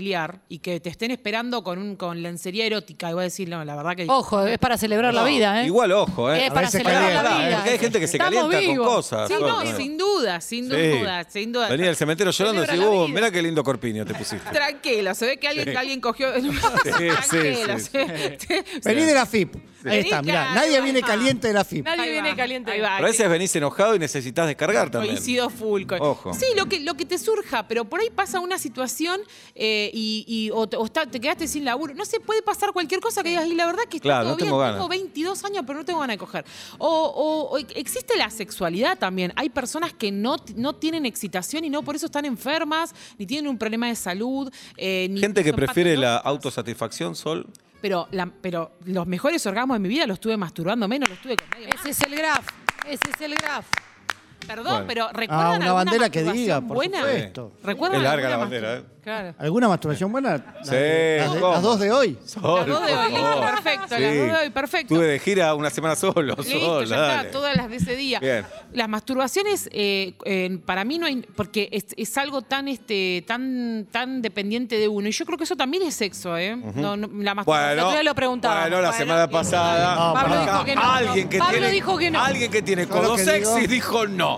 y que te estén esperando con, un, con lencería erótica. Y voy a decir, no, la verdad que. Ojo, es para celebrar la vida, ¿eh? Igual, ojo, ¿eh? Es para veces celebrar calienta, la ¿eh? vida. Porque hay gente que se Estamos calienta vivos. con cosas. Sí, Sol, no, ¿no? sin duda, sin Sí. duda, sin duda. Venía del cementerio llorando y Celebra decís, la "Uh, vida". mirá qué lindo corpiño te pusiste. Tranquilo, se ve que alguien, Sí. que alguien cogió. Tranquilo, sí, sí. se ve- se- Vení de la FIP. Ahí está, Vení, mirá. claro, Nadie ahí viene va. caliente de la FIP. Nadie Ahí viene va, caliente. ahí va. Pero a veces venís enojado y necesitas descargar también. Coincido full. con- Ojo. Sí, lo que, lo que te surja, pero por ahí pasa una situación eh, y, y- o, te, o está- te quedaste sin laburo. No sé, puede pasar cualquier cosa que digas, y la verdad que está Claro, todo no tengo bien, ganas. 22 años, pero no tengo ganas de coger. O, o- o existe la sexualidad también. Hay personas que no, t- no tienen excitación y no por eso están enfermas, ni tienen un problema de salud. eh, ni Gente que son prefiere la patológicas. autosatisfacción, Sol. Pero, la- pero los mejores orgasmos de mi vida los tuve masturbándome, no los tuve con nadie. más. Ese es el graf. Ese es el graf. Perdón, Bueno. pero recuerdan Ah, alguna una bandera que masturbación diga, por buena? supuesto. ¿Recuerdan Es larga la alguna bandera, mastur- ¿eh? Claro. ¿Alguna masturbación buena? Las, Sí, de- las de- ¿cómo? las dos de hoy. Sol, dos de por hoy, listo, favor. perfecto, las dos de hoy, perfecto. Tuve de gira una semana solo, Listo, Sol, ya dale. está, todas las de ese día. Bien. Las masturbaciones, eh, eh, para mí no hay, porque es, es algo tan, este, tan, tan dependiente de uno. Y yo creo que eso también es sexo, ¿eh? no, no, la masturbación. El otro día lo preguntábamos. bueno, la Bueno, semana y- pasada. No, Pablo acá dijo que no. Alguien que Pablo tiene, dijo que no. Alguien que tiene Yo lo codos que digo- sexy dijo no.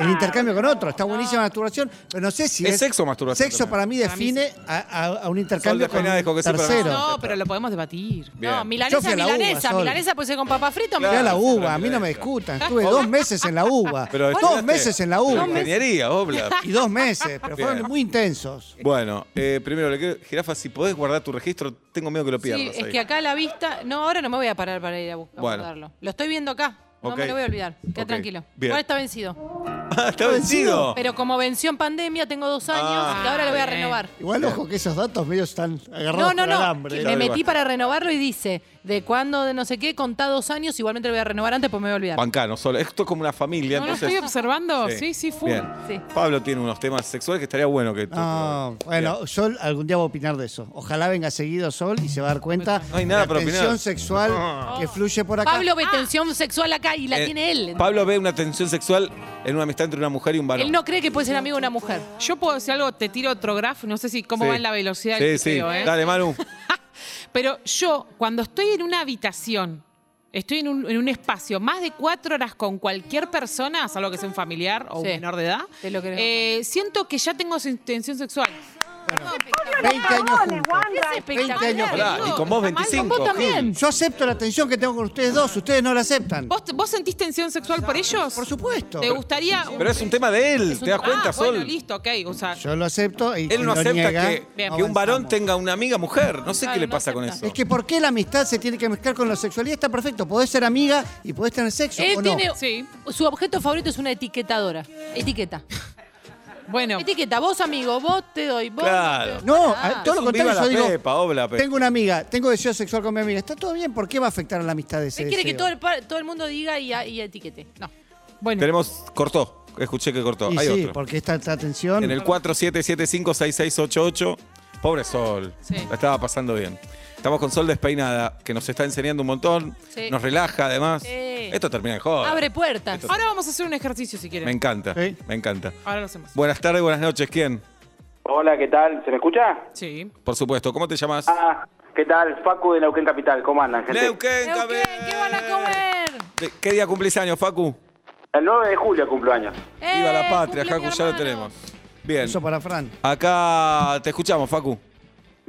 el intercambio con otro. Está buenísima la masturbación, pero no sé si ¿Es es... sexo o masturbación Sexo también? para mí Para mí define a, a- a un intercambio Sol de con Peña dijo que sí, pero no. tercero. No, pero lo podemos debatir. Bien. No, Yo fui milanesa, a la uva, milanesa. Sol. milanesa puede ser con papa frita o Fui a la Claro, uva, a mí claro. no me discutan. Estuve dos meses en la uva. Pero dos estudiaste meses en la uva. Ingeniería, obla. Y dos meses, pero fueron Bien. muy intensos. Bueno, eh, primero le quiero. Jirafa, si podés guardar tu registro, tengo miedo que lo Sí, pierdas. es ahí. que acá a la vista. No, ahora no me voy a parar para ir a buscarlo. Bueno. Lo estoy viendo acá. No Ok. me lo voy a olvidar. Queda Ok, tranquilo. bien. Igual está vencido. Ah, está vencido. Pero como venció en pandemia, tengo dos años Ah. y ahora lo voy a Bien. renovar. Igual, ojo que esos datos medio están agarrados No, no, por no. alambre. que Claro, Me metí igual. para renovarlo y dice, de cuándo, de no sé qué, contá dos años, igualmente lo voy a renovar antes, pues me voy a olvidar. Bancano, solo. Esto es como una familia, No, lo entonces. estoy observando. Sí, sí, full. Bien. Sí. Pablo tiene unos temas sexuales que estaría bueno que. No, Ah, bueno, Sol algún día va a opinar de eso. Ojalá venga seguido Sol y se va a dar cuenta No hay nada de la para opinar. tensión sexual que fluye por acá. Pablo ve tensión sexual acá y la Eh, tiene él. Pablo ve una tensión sexual en una amistad entre una mujer y un varón. Él no cree que puede ser amigo de una mujer. Yo puedo decir algo, te tiro otro graf, no sé si cómo Sí. va en la velocidad Sí, del sí. video, ¿eh? Dale, Manu. Pero yo, cuando estoy en una habitación, estoy en un, en un espacio más de cuatro horas con cualquier persona, salvo que sea un familiar o un Sí. menor de edad, Te lo creo. eh, siento que ya tengo sen- tensión sexual. 20 años juntos. Es 20 años. espectacular. Pará, y con vos Está mal, 25. vos también. Yo acepto la tensión que tengo con ustedes dos, ustedes no la aceptan. ¿Vos, vos sentís tensión sexual por ellos? Por supuesto. ¿Te gustaría...? Gil. Pero es un tema de él, ¿te das cuenta, ah, Sol? bueno, listo, ok. O sea, Yo lo acepto y Él si no lo acepta niega, que, que un avanzamos. varón tenga una amiga mujer. No sé Ah, Claro, qué le no pasa con acepta. eso. Es que ¿por qué la amistad se tiene que mezclar con la sexualidad? Está perfecto, podés ser amiga y podés tener sexo Él o no. tiene, Sí. su objeto favorito es una etiquetadora. Etiqueta. bueno, Etiqueta, vos amigo, vos te doy, vos. Claro. te doy. No, Ah. a- todo Es lo un contrario, viva yo la digo, Pepa, obla, Pepa. tengo una amiga, tengo deseo sexual con mi amiga, está todo bien, ¿por qué va a afectar a la amistad de ese Él quiere que deseo? todo el, pa- todo el mundo diga y, y etiquete. No. bueno. Tenemos. Cortó. Escuché que cortó. Y Hay sí, otro. porque esta, esta tensión... En el 47756688. Pobre Sol. Sí. La estaba pasando bien. Estamos con Sol despeinada, que nos está enseñando un montón. Sí. Nos relaja, además. Sí. Esto termina en joda. Abre puertas. Esto- Ahora vamos a hacer un ejercicio si quieren. Me encanta. Sí. Me encanta. Ahora lo hacemos. Buenas tardes, buenas noches. ¿Quién? Hola, ¿qué tal? ¿Se me escucha? Sí. Por supuesto. ¿Cómo te llamas? Ah, ¿qué tal? Facu de Neuquén Capital, ¿cómo andan, gente? Neuquén, Neuquén, ¿Qué van a comer? De- ¿Qué día cumplís años, Facu? El 9 de julio cumpleaños. Viva la Eh, patria, cumple mi Facu, ya lo hermano. tenemos. Bien. Eso para Fran. Acá te escuchamos, Facu.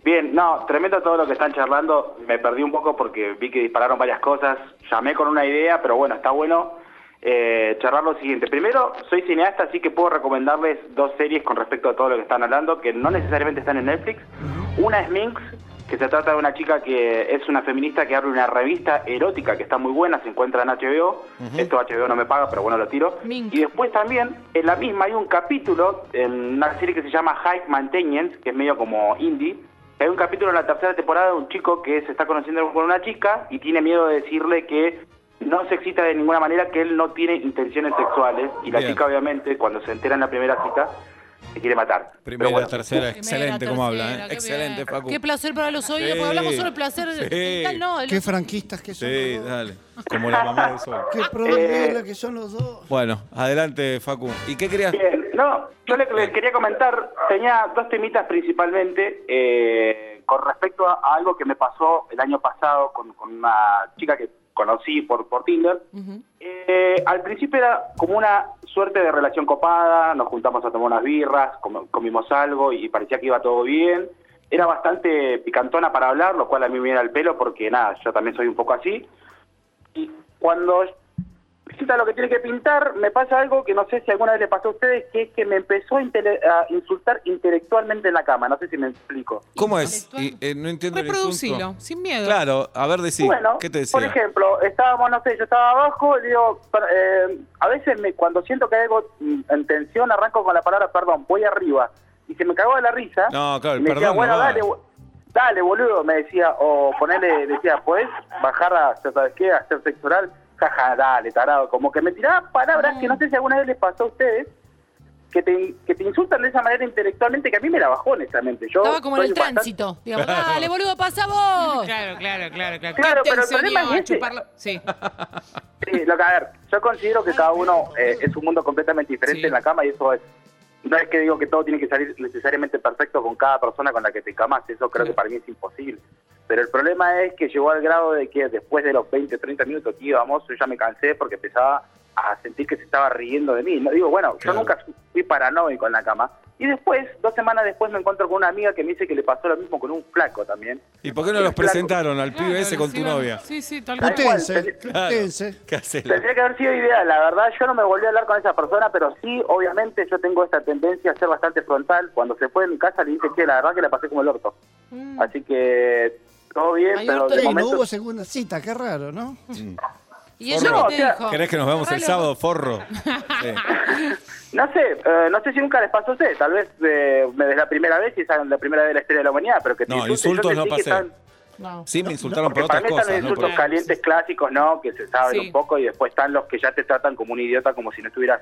Bien, no, tremendo todo lo que están charlando. Me perdí un poco porque vi que dispararon varias cosas. Llamé con una idea, pero bueno, está bueno eh, charlar lo siguiente. Primero, soy cineasta, así que puedo recomendarles dos series con respecto a todo lo que están hablando, que no necesariamente están en Netflix. Una es Minx, que se trata de una chica que es una feminista que abre una revista erótica que está muy buena, se encuentra en HBO. Esto HBO no me paga, pero bueno, lo tiro. Minx. Y después también, en la misma hay un capítulo en una serie que se llama High Maintenance, que es medio como indie. Hay un capítulo en la tercera temporada de un chico que se está conociendo con una chica y tiene miedo de decirle que no se excita de ninguna manera, que él no tiene intenciones sexuales. Y la Bien. chica, obviamente, cuando se entera en la primera cita, se quiere matar. Pero Primera, bueno, tercera, excelente Primera, como tercera, habla, ¿eh? qué Excelente, bien. Facu. Qué placer para los oídos, Sí. porque hablamos solo de placer. Sí. genital, no, el- Qué franquistas que son Sí, los dos. dale. Como la mamá de Sol. Eh, Qué problema que son los dos. Bueno, adelante, Facu. ¿Y qué querías? Bien, no, yo le, le quería comentar, tenía dos temitas principalmente eh, con respecto a, a algo que me pasó el año pasado con, con una chica que conocí por, por Tinder. Eh, al principio era como una suerte de relación copada, nos juntamos a tomar unas birras, com- comimos algo y parecía que iba todo bien. Era bastante picantona para hablar, lo cual a mí me viene al pelo porque nada, yo también soy un poco así. Y cuando pinta lo que tiene que pintar, me pasa algo que no sé si alguna vez le pasó a ustedes, que es que me empezó a, intele- a insultar intelectualmente en la cama, no sé si me explico. ¿Cómo es? Y, eh, no entiendo el Reproducilo, insulto. sin miedo. Claro, a ver, decí. bueno, ¿Qué te decía? por ejemplo, estábamos, no sé, yo estaba abajo, y digo, per- eh, a veces me, cuando siento que hay algo mm, en tensión, arranco con la palabra perdón, voy arriba, y se me cagó de la risa. No, claro, el y me decía, perdón bueno, no va". dale, bo- dale, boludo, me decía, o ponele, decía, ¿podés bajar a, ya sabes qué, a hacer sexual? Jaja, dale, tarado, como que me tiraba palabras Mm. que no sé si alguna vez les pasó a ustedes. Que te, que te insultan de esa manera intelectualmente que a mí me la bajó honestamente. Yo Estaba como en el soy bastante- tránsito. Digamos, dale, boludo, pasa vos. Claro, claro, claro, claro. Claro, ¿Qué pero el tensión problema iba a es este. ese. chuparlo? Sí. Sí, lo que, a ver, yo considero que cada uno eh, es un mundo completamente diferente Sí. en la cama y eso es. No es que digo que todo tiene que salir necesariamente perfecto con cada persona con la que te camas, eso creo que para mí es imposible. Pero el problema es que llegó al grado de que después de los 20, 30 minutos que íbamos, yo ya me cansé porque empezaba a sentir que se estaba riendo de mí. No, digo, bueno, Claro. yo nunca fui paranoico en la cama. Y después, dos semanas después, me encuentro con una amiga que me dice que le pasó lo mismo con un flaco también. ¿Y por qué no El los flaco- presentaron al pibe ese con tu novia? Sí, sí, tal cual. Utense, Claro. utense. ¿Qué haces? Tendría que haber sido ideal, la verdad. Yo no me volví a hablar con esa persona, pero sí, obviamente, yo tengo esta tendencia a ser bastante frontal. Cuando se fue de mi casa, le dije, che, la verdad que la pasé como el orto. Mm. Así que, todo bien, Ay, pero orto de Sí, no momento... hubo segunda cita, qué raro, ¿no? ¿Y ella No, qué te o sea, dijo? ¿Querés que nos veamos el Raro. sábado, forro? Sí. No sé, eh, no sé si nunca les pasó a ustedes. Tal vez eh, me des la primera vez y saben la primera vez de la historia de la humanidad, pero que te No, insultos insulten, yo no sentí que pasé. estaban- No. Sí, me insultaron por Porque para otras mí están los cosas, ¿no? insultos Por- calientes clásicos, ¿no? Que se saben Sí. un poco y después están los que ya te tratan como un idiota, como si no estuvieras.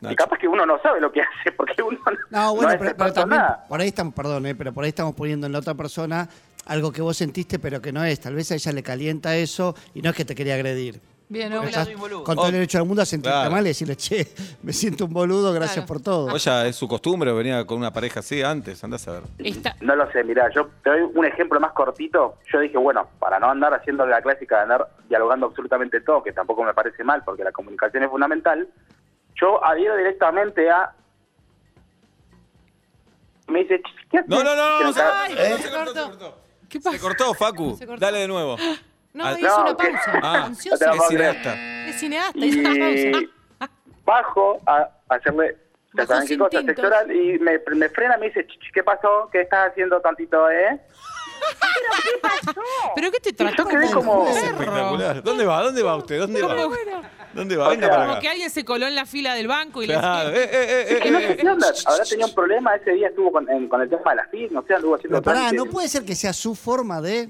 Nacho. Y capaz que uno no sabe lo que hace, porque uno no, No, bueno, no pero, es pero experto en también, nada. por ahí estamos, perdón, eh, pero por ahí estamos poniendo en la otra persona algo que vos sentiste, pero que no es. Tal vez a ella le calienta eso y no es que te quería agredir. Bien, no, Estás claro. con todo el derecho del mundo a sentirte Oh, Claro. mal y decirle, che, me siento un boludo, gracias Claro. por todo. O ya es su costumbre, venía con una pareja así antes, andás a ver. Está- No lo sé, mirá, yo te doy un ejemplo más cortito. Yo dije, bueno, para no andar haciendo la clásica de andar dialogando absolutamente todo, que tampoco me parece mal, porque la comunicación es fundamental, yo adhiero directamente a... Me dice, ¿qué haces? No, no, no, Que no, me se, caga- Ay, no, se se cortó. cortó, se cortó. ¿Qué Se pasa? cortó, Facu. Se cortó. Dale de nuevo. No, Ah, hizo no, una que- pausa. Ah, ansioso. no te es va a cineasta. Es cineasta, hizo una pausa. y bajo a hacerle ya Bajó saben qué su cosa, instinto. sexo oral, y me, me frena, me dice, "Ch, ch, ¿qué pasó? ¿Qué estás haciendo tantito, eh? ¿Pero qué te trató Yo quedé como, como- un Es perro? espectacular. ¿Dónde va? ¿Dónde va usted? ¿Dónde va? Como, bueno, ¿Dónde va? O Venga sea, para como acá. que alguien se coló en la fila del banco y Claro, le eh, eh, eh, Que no sé eh, eh. qué onda, ahora tenía un problema, ese día estuvo con, en- con el tema de las FIS, no sé, anduvo haciendo... Pero pará, trámites. no puede ser que sea su forma de.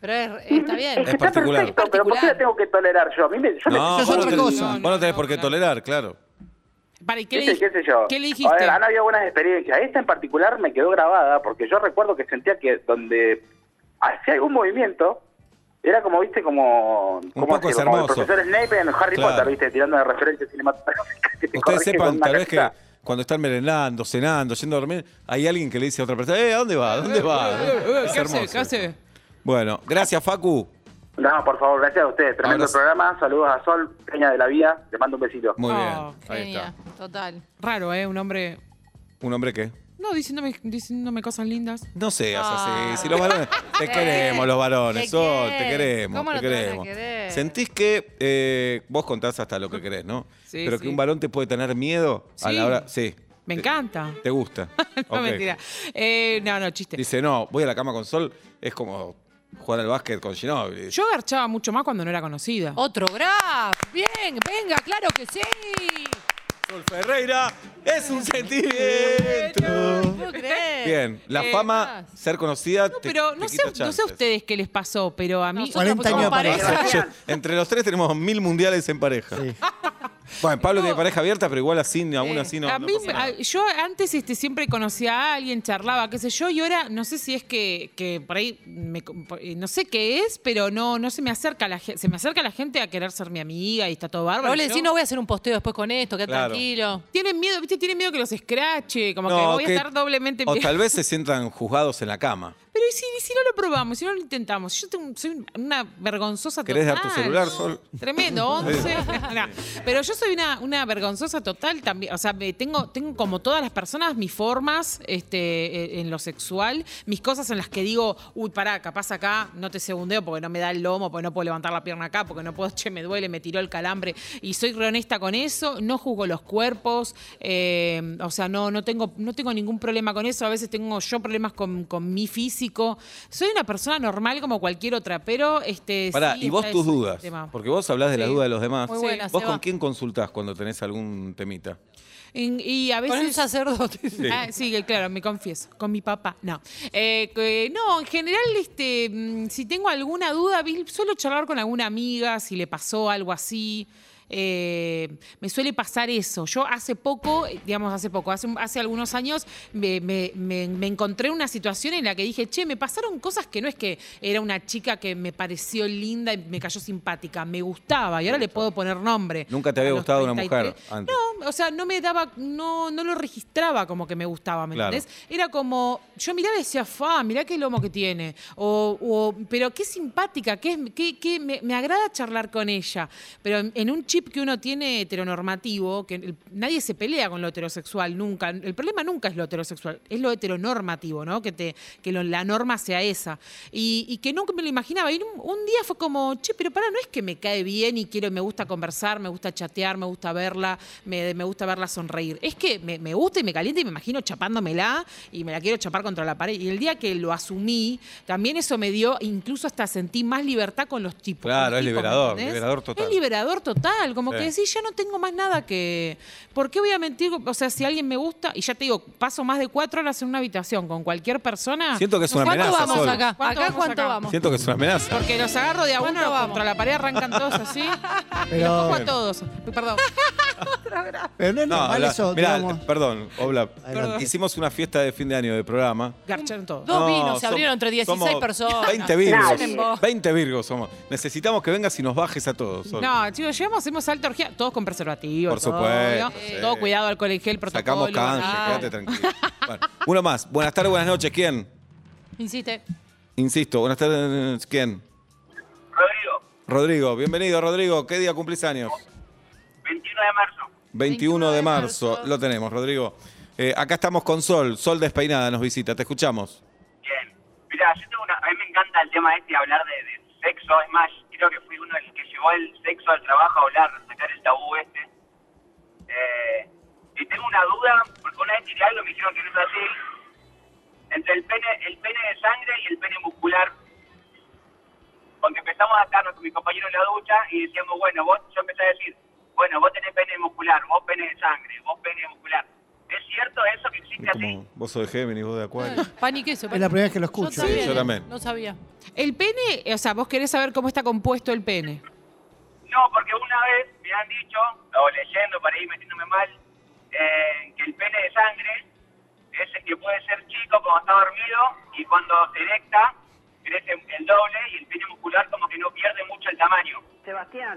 Pero es- está bien. Es que Es está particular. perfecto, pero ¿por qué la tengo que tolerar yo? A mí me, No, Eso yo me, es vos otra no tenés- cosa. Vos no tenés por qué tolerar, claro. Para, ¿y qué, ¿Qué, le, sé, qué sé yo? qué le A dijiste? ver, han habido buenas experiencias. Esta en particular me quedó grabada porque yo recuerdo que sentía que donde hacía algún movimiento era como, viste, como, como, poco es como el hermoso. profesor Snape en Harry Claro. Potter, viste, tirando de referencias cinematográficas. que te Ustedes corrige con sepan, una tal vez que carita. cuando están merendando, cenando, yendo a dormir, hay alguien que le dice a otra persona, eh, ¿a dónde va? ¿A dónde va? Eh, eh, eh, Es ¿Qué hace? hermoso ¿Qué hace? Bueno, gracias, Facu. No, por favor, gracias a ustedes. Tremendo Abrazo. programa. Saludos a Sol, Peña de la Vía. Te mando un besito. Muy Oh, bien. Ahí Genia, está. total. Raro, ¿eh? Un hombre... ¿Un hombre qué? No, diciéndome, diciéndome cosas lindas. No seas Ah. así. Si los varones. Te Eh, queremos, los varones. te Sol, te quiero. queremos. ¿Cómo te no te van a queremos. querer? Sentís que eh, vos contás hasta lo que querés, ¿no? Sí, Pero sí. que un varón te puede tener miedo a Sí. la hora. Sí. Me Te- encanta. ¿Te gusta? no, Ok. mentira. Eh, no, no, chiste. Dice, no, voy a la cama con Sol. Es como jugar al básquet con Ginobili. Yo garchaba mucho más cuando no era conocida. Otro graf. Bien, venga, claro que sí. Sol Ferreira es un sentimiento. ¿Puedo creer? Bien, la Eh, fama, ser conocida. No, te- pero te no sé, quita no sé a chances. ustedes qué les pasó, pero a mí... Nosotros 40 como años de pareja. Yo- entre los tres tenemos mil mundiales en pareja. Bueno, Pablo tiene pareja abierta, pero igual así, aún así no. Eh, a no mí, pasa nada. a- yo antes este, siempre conocía a alguien, charlaba, qué sé yo, y ahora no sé si es que, que por ahí, me co- por- eh, no sé qué es, pero no, no se me acerca la gente, se me acerca la gente a querer ser mi amiga y está todo bárbaro. Pero le y yo- decís, no voy a hacer un posteo después con esto, quédate Claro. tranquilo. Tienen miedo, viste, tienen miedo que los escrache, como que No, voy que- a estar doblemente... O tal vez se sientan juzgados en la cama. Pero ¿y si, y si no lo probamos? ¿Si no lo intentamos? Yo tengo- soy una vergonzosa ¿Querés dar tu total. celular, Sol? Tremendo, 11. No, Pero yo soy una, una vergonzosa total también. O sea, me- tengo, tengo como todas las personas mis formas este, eh, en lo sexual, mis cosas en las que digo, uy, pará, capaz acá no te segundeo porque no me da el lomo, porque no puedo levantar la pierna acá, porque no puedo, che, me duele, me tiró el calambre. Y soy rehonesta con eso, no juzgo los cuerpos, eh, o sea, no, no, tengo, no tengo ningún problema con eso. A veces tengo yo problemas con, con mi físico. Soy una persona normal como cualquier otra, pero... Este, Pará, sí y vos está tus ese dudas. tema. Porque vos hablás de la Sí. duda de los demás. Muy buena, ¿Vos Seba. con quién consultás cuando tenés algún temita? En- y a Con un veces. sacerdote. Ah, sí, que claro, me confieso. Con mi papá, no. Eh, que- no, en general, este, mm, si tengo alguna duda, vi- suelo charlar con alguna amiga, si le pasó algo así. Eh, me suele pasar eso. Yo hace poco, eh, digamos hace poco, hace, un- hace algunos años, me, me- me- me encontré en una situación en la que dije, che, me pasaron cosas que no es que era una chica que me pareció linda y me cayó simpática, me gustaba y ahora le puedo poner nombre. Nunca te había A los gustado una mujer 33. antes. No, o sea, no me daba, no, no lo registraba como que me gustaba, ¿me Claro. entendés? Era como, yo miraba y decía, fa, mirá qué lomo que tiene. O, o, pero qué simpática, qué, es- qué, qué- me, me agrada charlar con ella. Pero en, en un chip que uno tiene heteronormativo, que el- nadie se pelea con lo heterosexual nunca. El problema nunca es lo heterosexual, es lo heteronormativo, ¿no? Que, te, que lo- la norma sea esa. Y, y que nunca me lo imaginaba. Y un, un día fue como, che, pero para, no es que me cae bien y quiero, me gusta conversar, me gusta chatear, me gusta verla, me, me gusta verla sonreír. Es que me, me gusta y me calienta y me imagino chapándomela y me la quiero chapar contra la pared. Y el día que lo asumí, también eso me dio, incluso hasta sentí más libertad con los tipos. con Claro, los es tipos, ¿me liberador, entendés? liberador total. Es liberador total, como Sí. que decís, ya no tengo más nada que... ¿Por qué voy a mentir? O sea, si alguien me gusta, y ya te digo, paso más de cuatro horas en una habitación con cualquier persona... Siento que es una ¿Cuánto amenaza. vamos Sol. acá? ¿Cuánto ¿Acá Ah, vamos cuánto acá? vamos? Siento que es una amenaza. Porque los agarro de a ¿Cuánto uno vamos? contra la pared, arrancan todos así. Y Pero- los cojo a todos. Perdón. Pero no es No, normal la- eso, mirá, digamos. t- perdón, Obla. Adelante. Hicimos una fiesta de fin de año de programa. Garcharon todos. Dos No, vinos, se som- abrieron entre 16 somos personas. 20 virgos. Piensen vos. 20 virgos somos. Necesitamos que vengas y nos bajes a todos. Sol. No, chicos, llegamos, hacemos alta orgía, todos con preservativos. Por todo, supuesto, ¿no? sí. Todo cuidado, alcohol en gel, protocolo. Sacamos canje, nada. quédate tranquilo. Bueno, uno más. Buenas tardes, buenas noches. ¿Quién? Insiste. Insisto, buenas tardes. ¿Quién? Rodrigo, Rodrigo, bienvenido, Rodrigo. ¿Qué día cumplís años? 21 de marzo. 21 de marzo. Lo tenemos, Rodrigo. Eh, acá estamos con Sol. Sol despeinada nos visita. Te escuchamos. Bien. Mirá, yo tengo una, a mí me encanta el tema este de hablar de, de sexo. Es más, creo que fui uno el que llevó el sexo al trabajo a hablar, a sacar el tabú este. Eh, y tengo una duda, porque una vez tiré algo y me dijeron que no es así. Entre el pene, el pene de sangre y el pene muscular. Porque empezamos a estar con mi compañero en la ducha y decíamos, bueno, vos, yo empecé a decir, bueno, vos tenés pene muscular, vos pene de sangre, vos pene muscular. ¿Es cierto eso que existe así? Como vos sos de Géminis, vos de Acuario. Panique eso. Es la primera vez que lo Yo escucho. Sí, también, yo también. No sabía. El pene, o sea, vos querés saber cómo está compuesto el pene. No, porque una vez me han dicho, o leyendo para ir metiéndome mal, eh, que el pene de sangre es el que puede ser chico cuando está dormido y cuando se erecta crece el doble y el pene muscular como que no pierde mucho el tamaño.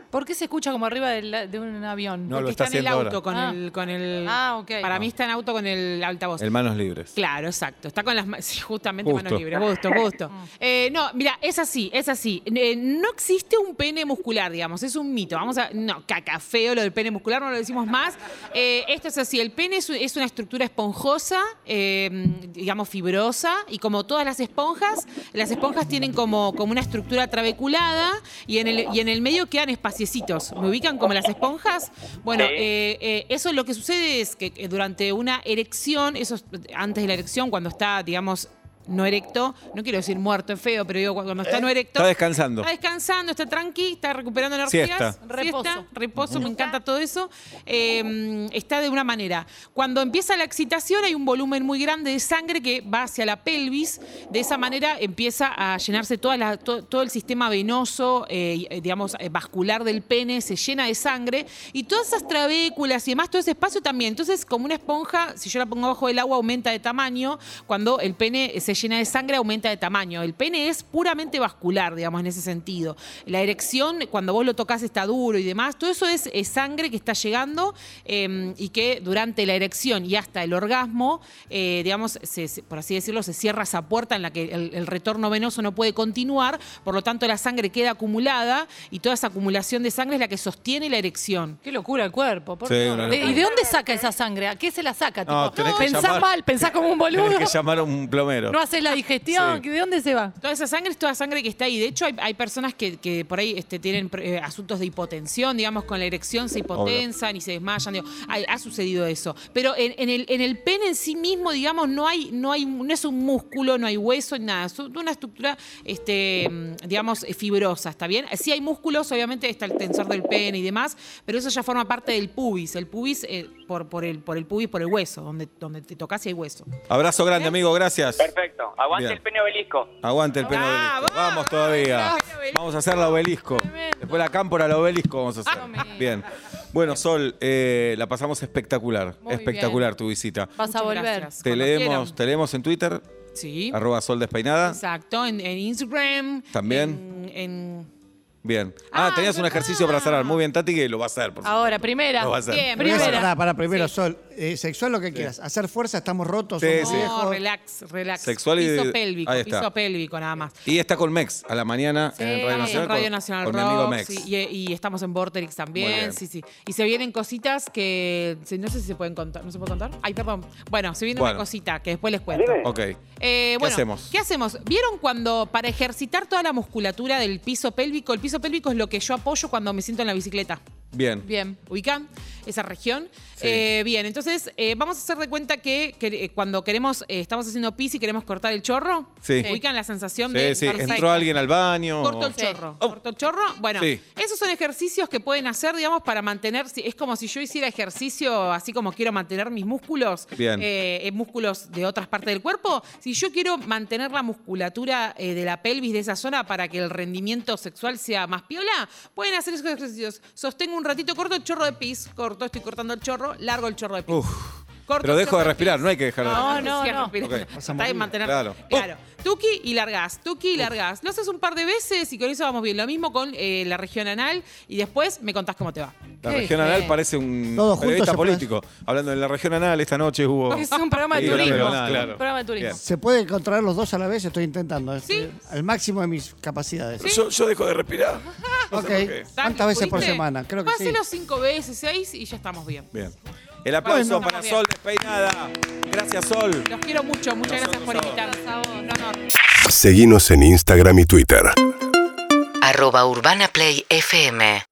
¿Por qué se escucha como arriba de, la- de un avión? No, lo está Porque en el haciendo auto ahora. con Ah. el. Con el Ah, ok. Para No. mí está en auto con el altavoz. En manos libres. Claro, exacto. Está con las ma- sí, justamente Justo. manos libres. Gusto, gusto. Eh, no, mira, es así, es así. Eh, no existe un pene muscular, digamos, es un mito. Vamos a. No, caca, feo lo del pene muscular, no lo decimos más. Eh, esto es así. El pene es, u- es una estructura esponjosa, eh, digamos, fibrosa, y como todas las esponjas, las esponjas tienen como, como una estructura trabeculada y en el, y en el medio quedan espaciecitos. ¿Me ubican como las esponjas? Bueno, eh, eh, eso lo que sucede es que eh, durante una erección, eso es antes de la erección, cuando está, digamos, no erecto, no quiero decir muerto, es feo, pero digo, cu- cuando está no erecto. Eh, Está descansando. Está descansando, está tranqui, está recuperando energías. Siesta. Reposo. reposo, me encanta todo eso. Eh, está de una manera. Cuando empieza la excitación hay un volumen muy grande de sangre que va hacia la pelvis. De esa manera empieza a llenarse toda la- to- todo el sistema venoso, eh, y, eh, digamos, eh, vascular del pene, se llena de sangre. Y todas esas trabéculas y demás, todo ese espacio también. Entonces, como una esponja, si yo la pongo abajo del agua, aumenta de tamaño. Cuando el pene eh, se llena de sangre, aumenta de tamaño. El pene es puramente vascular, digamos, en ese sentido. La erección, cuando vos lo tocas, está duro y demás. Todo eso es, eh, sangre que está llegando eh, y que durante la erección y hasta el orgasmo, eh, digamos, se- se- por así decirlo, se cierra esa puerta en la que el, el retorno venoso no puede continuar. Por lo tanto, la sangre queda acumulada y toda esa acumulación de sangre es la que sostiene la erección. Qué locura el cuerpo. por Sí, Dios. una ¿De- locura. ¿Y de dónde saca esa sangre? ¿A qué se la saca? No, tipo? tenés que pensás llamar- mal, pensás como un boludo. Tienes que llamar a un plomero. No haces la digestión. Sí. ¿De dónde se va? Toda esa sangre es toda sangre que está ahí. De hecho, hay, hay personas que, que por ahí este, tienen eh, asuntos de hipotensión, digamos, con la erección se hipotensan y se desmayan. digo, hay- ha sucedido eso. Pero en, en el, en el pene en sí mismo, digamos, no hay, no hay, no es un músculo, no hay hueso, ni nada. Es una estructura, este, mm, digamos, eh, fibrosa, ¿está bien? Sí hay músculos, obviamente está el tensor del pene y demás, pero eso ya forma parte del pubis. El pubis, eh, por, por, el, por el pubis, por el hueso, donde, donde te tocas y hay hueso. Abrazo grande, amigo. Gracias. Perfecto, aguante Bien. el pene obelisco. Aguante el pene Ah, obelisco. vamos, Vamos todavía. vamos, obelisco. Vamos a hacer la obelisco. Tremendo. Después la cámpora, la obelisco vamos a hacer. Ah, me- Bien. Bueno, Sol, eh, la pasamos espectacular. Muy espectacular tu visita. Vas a Muchas volver. gracias. Te Cuando leemos, quieran. te leemos en Twitter, Sí. arroba Sol Despeinada. Exacto, en, en Instagram. También. En, en- Bien. Ah, Ah, tenías es un ejercicio para verdad. cerrar. Muy bien, Tati, que lo va a hacer, por favor. Ahora, primera. Lo va a hacer. Bien, Primera. primera. Para, para primero, Sí. Sol. eh, sexual, lo que quieras. Hacer fuerza, estamos rotos. Sí, somos sí. viejos. No, Oh, relax, relax. Sexual y- Piso pélvico, ahí está. piso pélvico nada más. Y está con Mex a la mañana en Radio estamos Nacional. en Radio con- Nacional con, Rock, mi amigo Mex. sí, y, y estamos en Vorterix Muy también, bien. sí, sí. Y se vienen cositas que sí, no sé si se pueden contar, no se puede contar. Ay, perdón. Bueno, se viene Bueno. una cosita que después les cuento. Dime. Ok. Eh, bueno, hacemos? ¿Qué hacemos? ¿Vieron cuando para ejercitar toda la musculatura del piso pélvico? El piso pélvico es lo que yo apoyo cuando me siento en la bicicleta. Bien. Bien. ¿Ubican esa región? Sí. Eh, bien, entonces eh, vamos a hacer de cuenta que, que, eh, cuando queremos, eh, estamos haciendo pis y queremos cortar el chorro, Sí. ubican la sensación Sí, de... sí. perfecto. Entró alguien al baño. Corto o- el chorro. Oh. Corto el chorro. Bueno, Sí. esos son ejercicios que pueden hacer, digamos, para mantener. si- Es como si yo hiciera ejercicio, así como quiero mantener mis músculos, Bien. eh, eh, músculos de otras partes del cuerpo. Si yo quiero mantener la musculatura eh, de la pelvis de esa zona para que el rendimiento sexual sea más piola, pueden hacer esos ejercicios. Sostengo un ratito, corto el chorro de pis, corto, estoy cortando el chorro, largo el chorro de pis. Uf. Corto Pero el dejo chorro de respirar, pis. no hay que dejar de No, respirar. no, no, no. no. Ok. Está Vas a de morir. Oh. mantener. Claro. Claro. Tuki y largás. Tuki y largás. Lo haces un par de veces y con eso vamos bien. Lo mismo con eh, la región anal y después me contás cómo te va. La Sí, región anal sí. parece un Todos periodista juntos se político. Hablando de la región anal, esta noche hubo. Es un programa de Sí, turismo. pero nada, claro. Un programa de turismo. Bien. ¿Se puede encontrar los dos a la vez? Estoy intentando. es, Sí. eh, Al máximo de mis capacidades. Yo, yo dejo de respirar. Ok. Dale, ¿Cuántas veces por ¿pudiste? semana? Creo que sí. Páselo cinco veces, seis y ya estamos bien. Bien. El aplauso Bueno. para Sol Despeinada. Gracias, Sol. Los quiero mucho. Muchas gracias por invitarnos. Un honor. Seguinos en Instagram y Twitter. arroba Urbana Play FM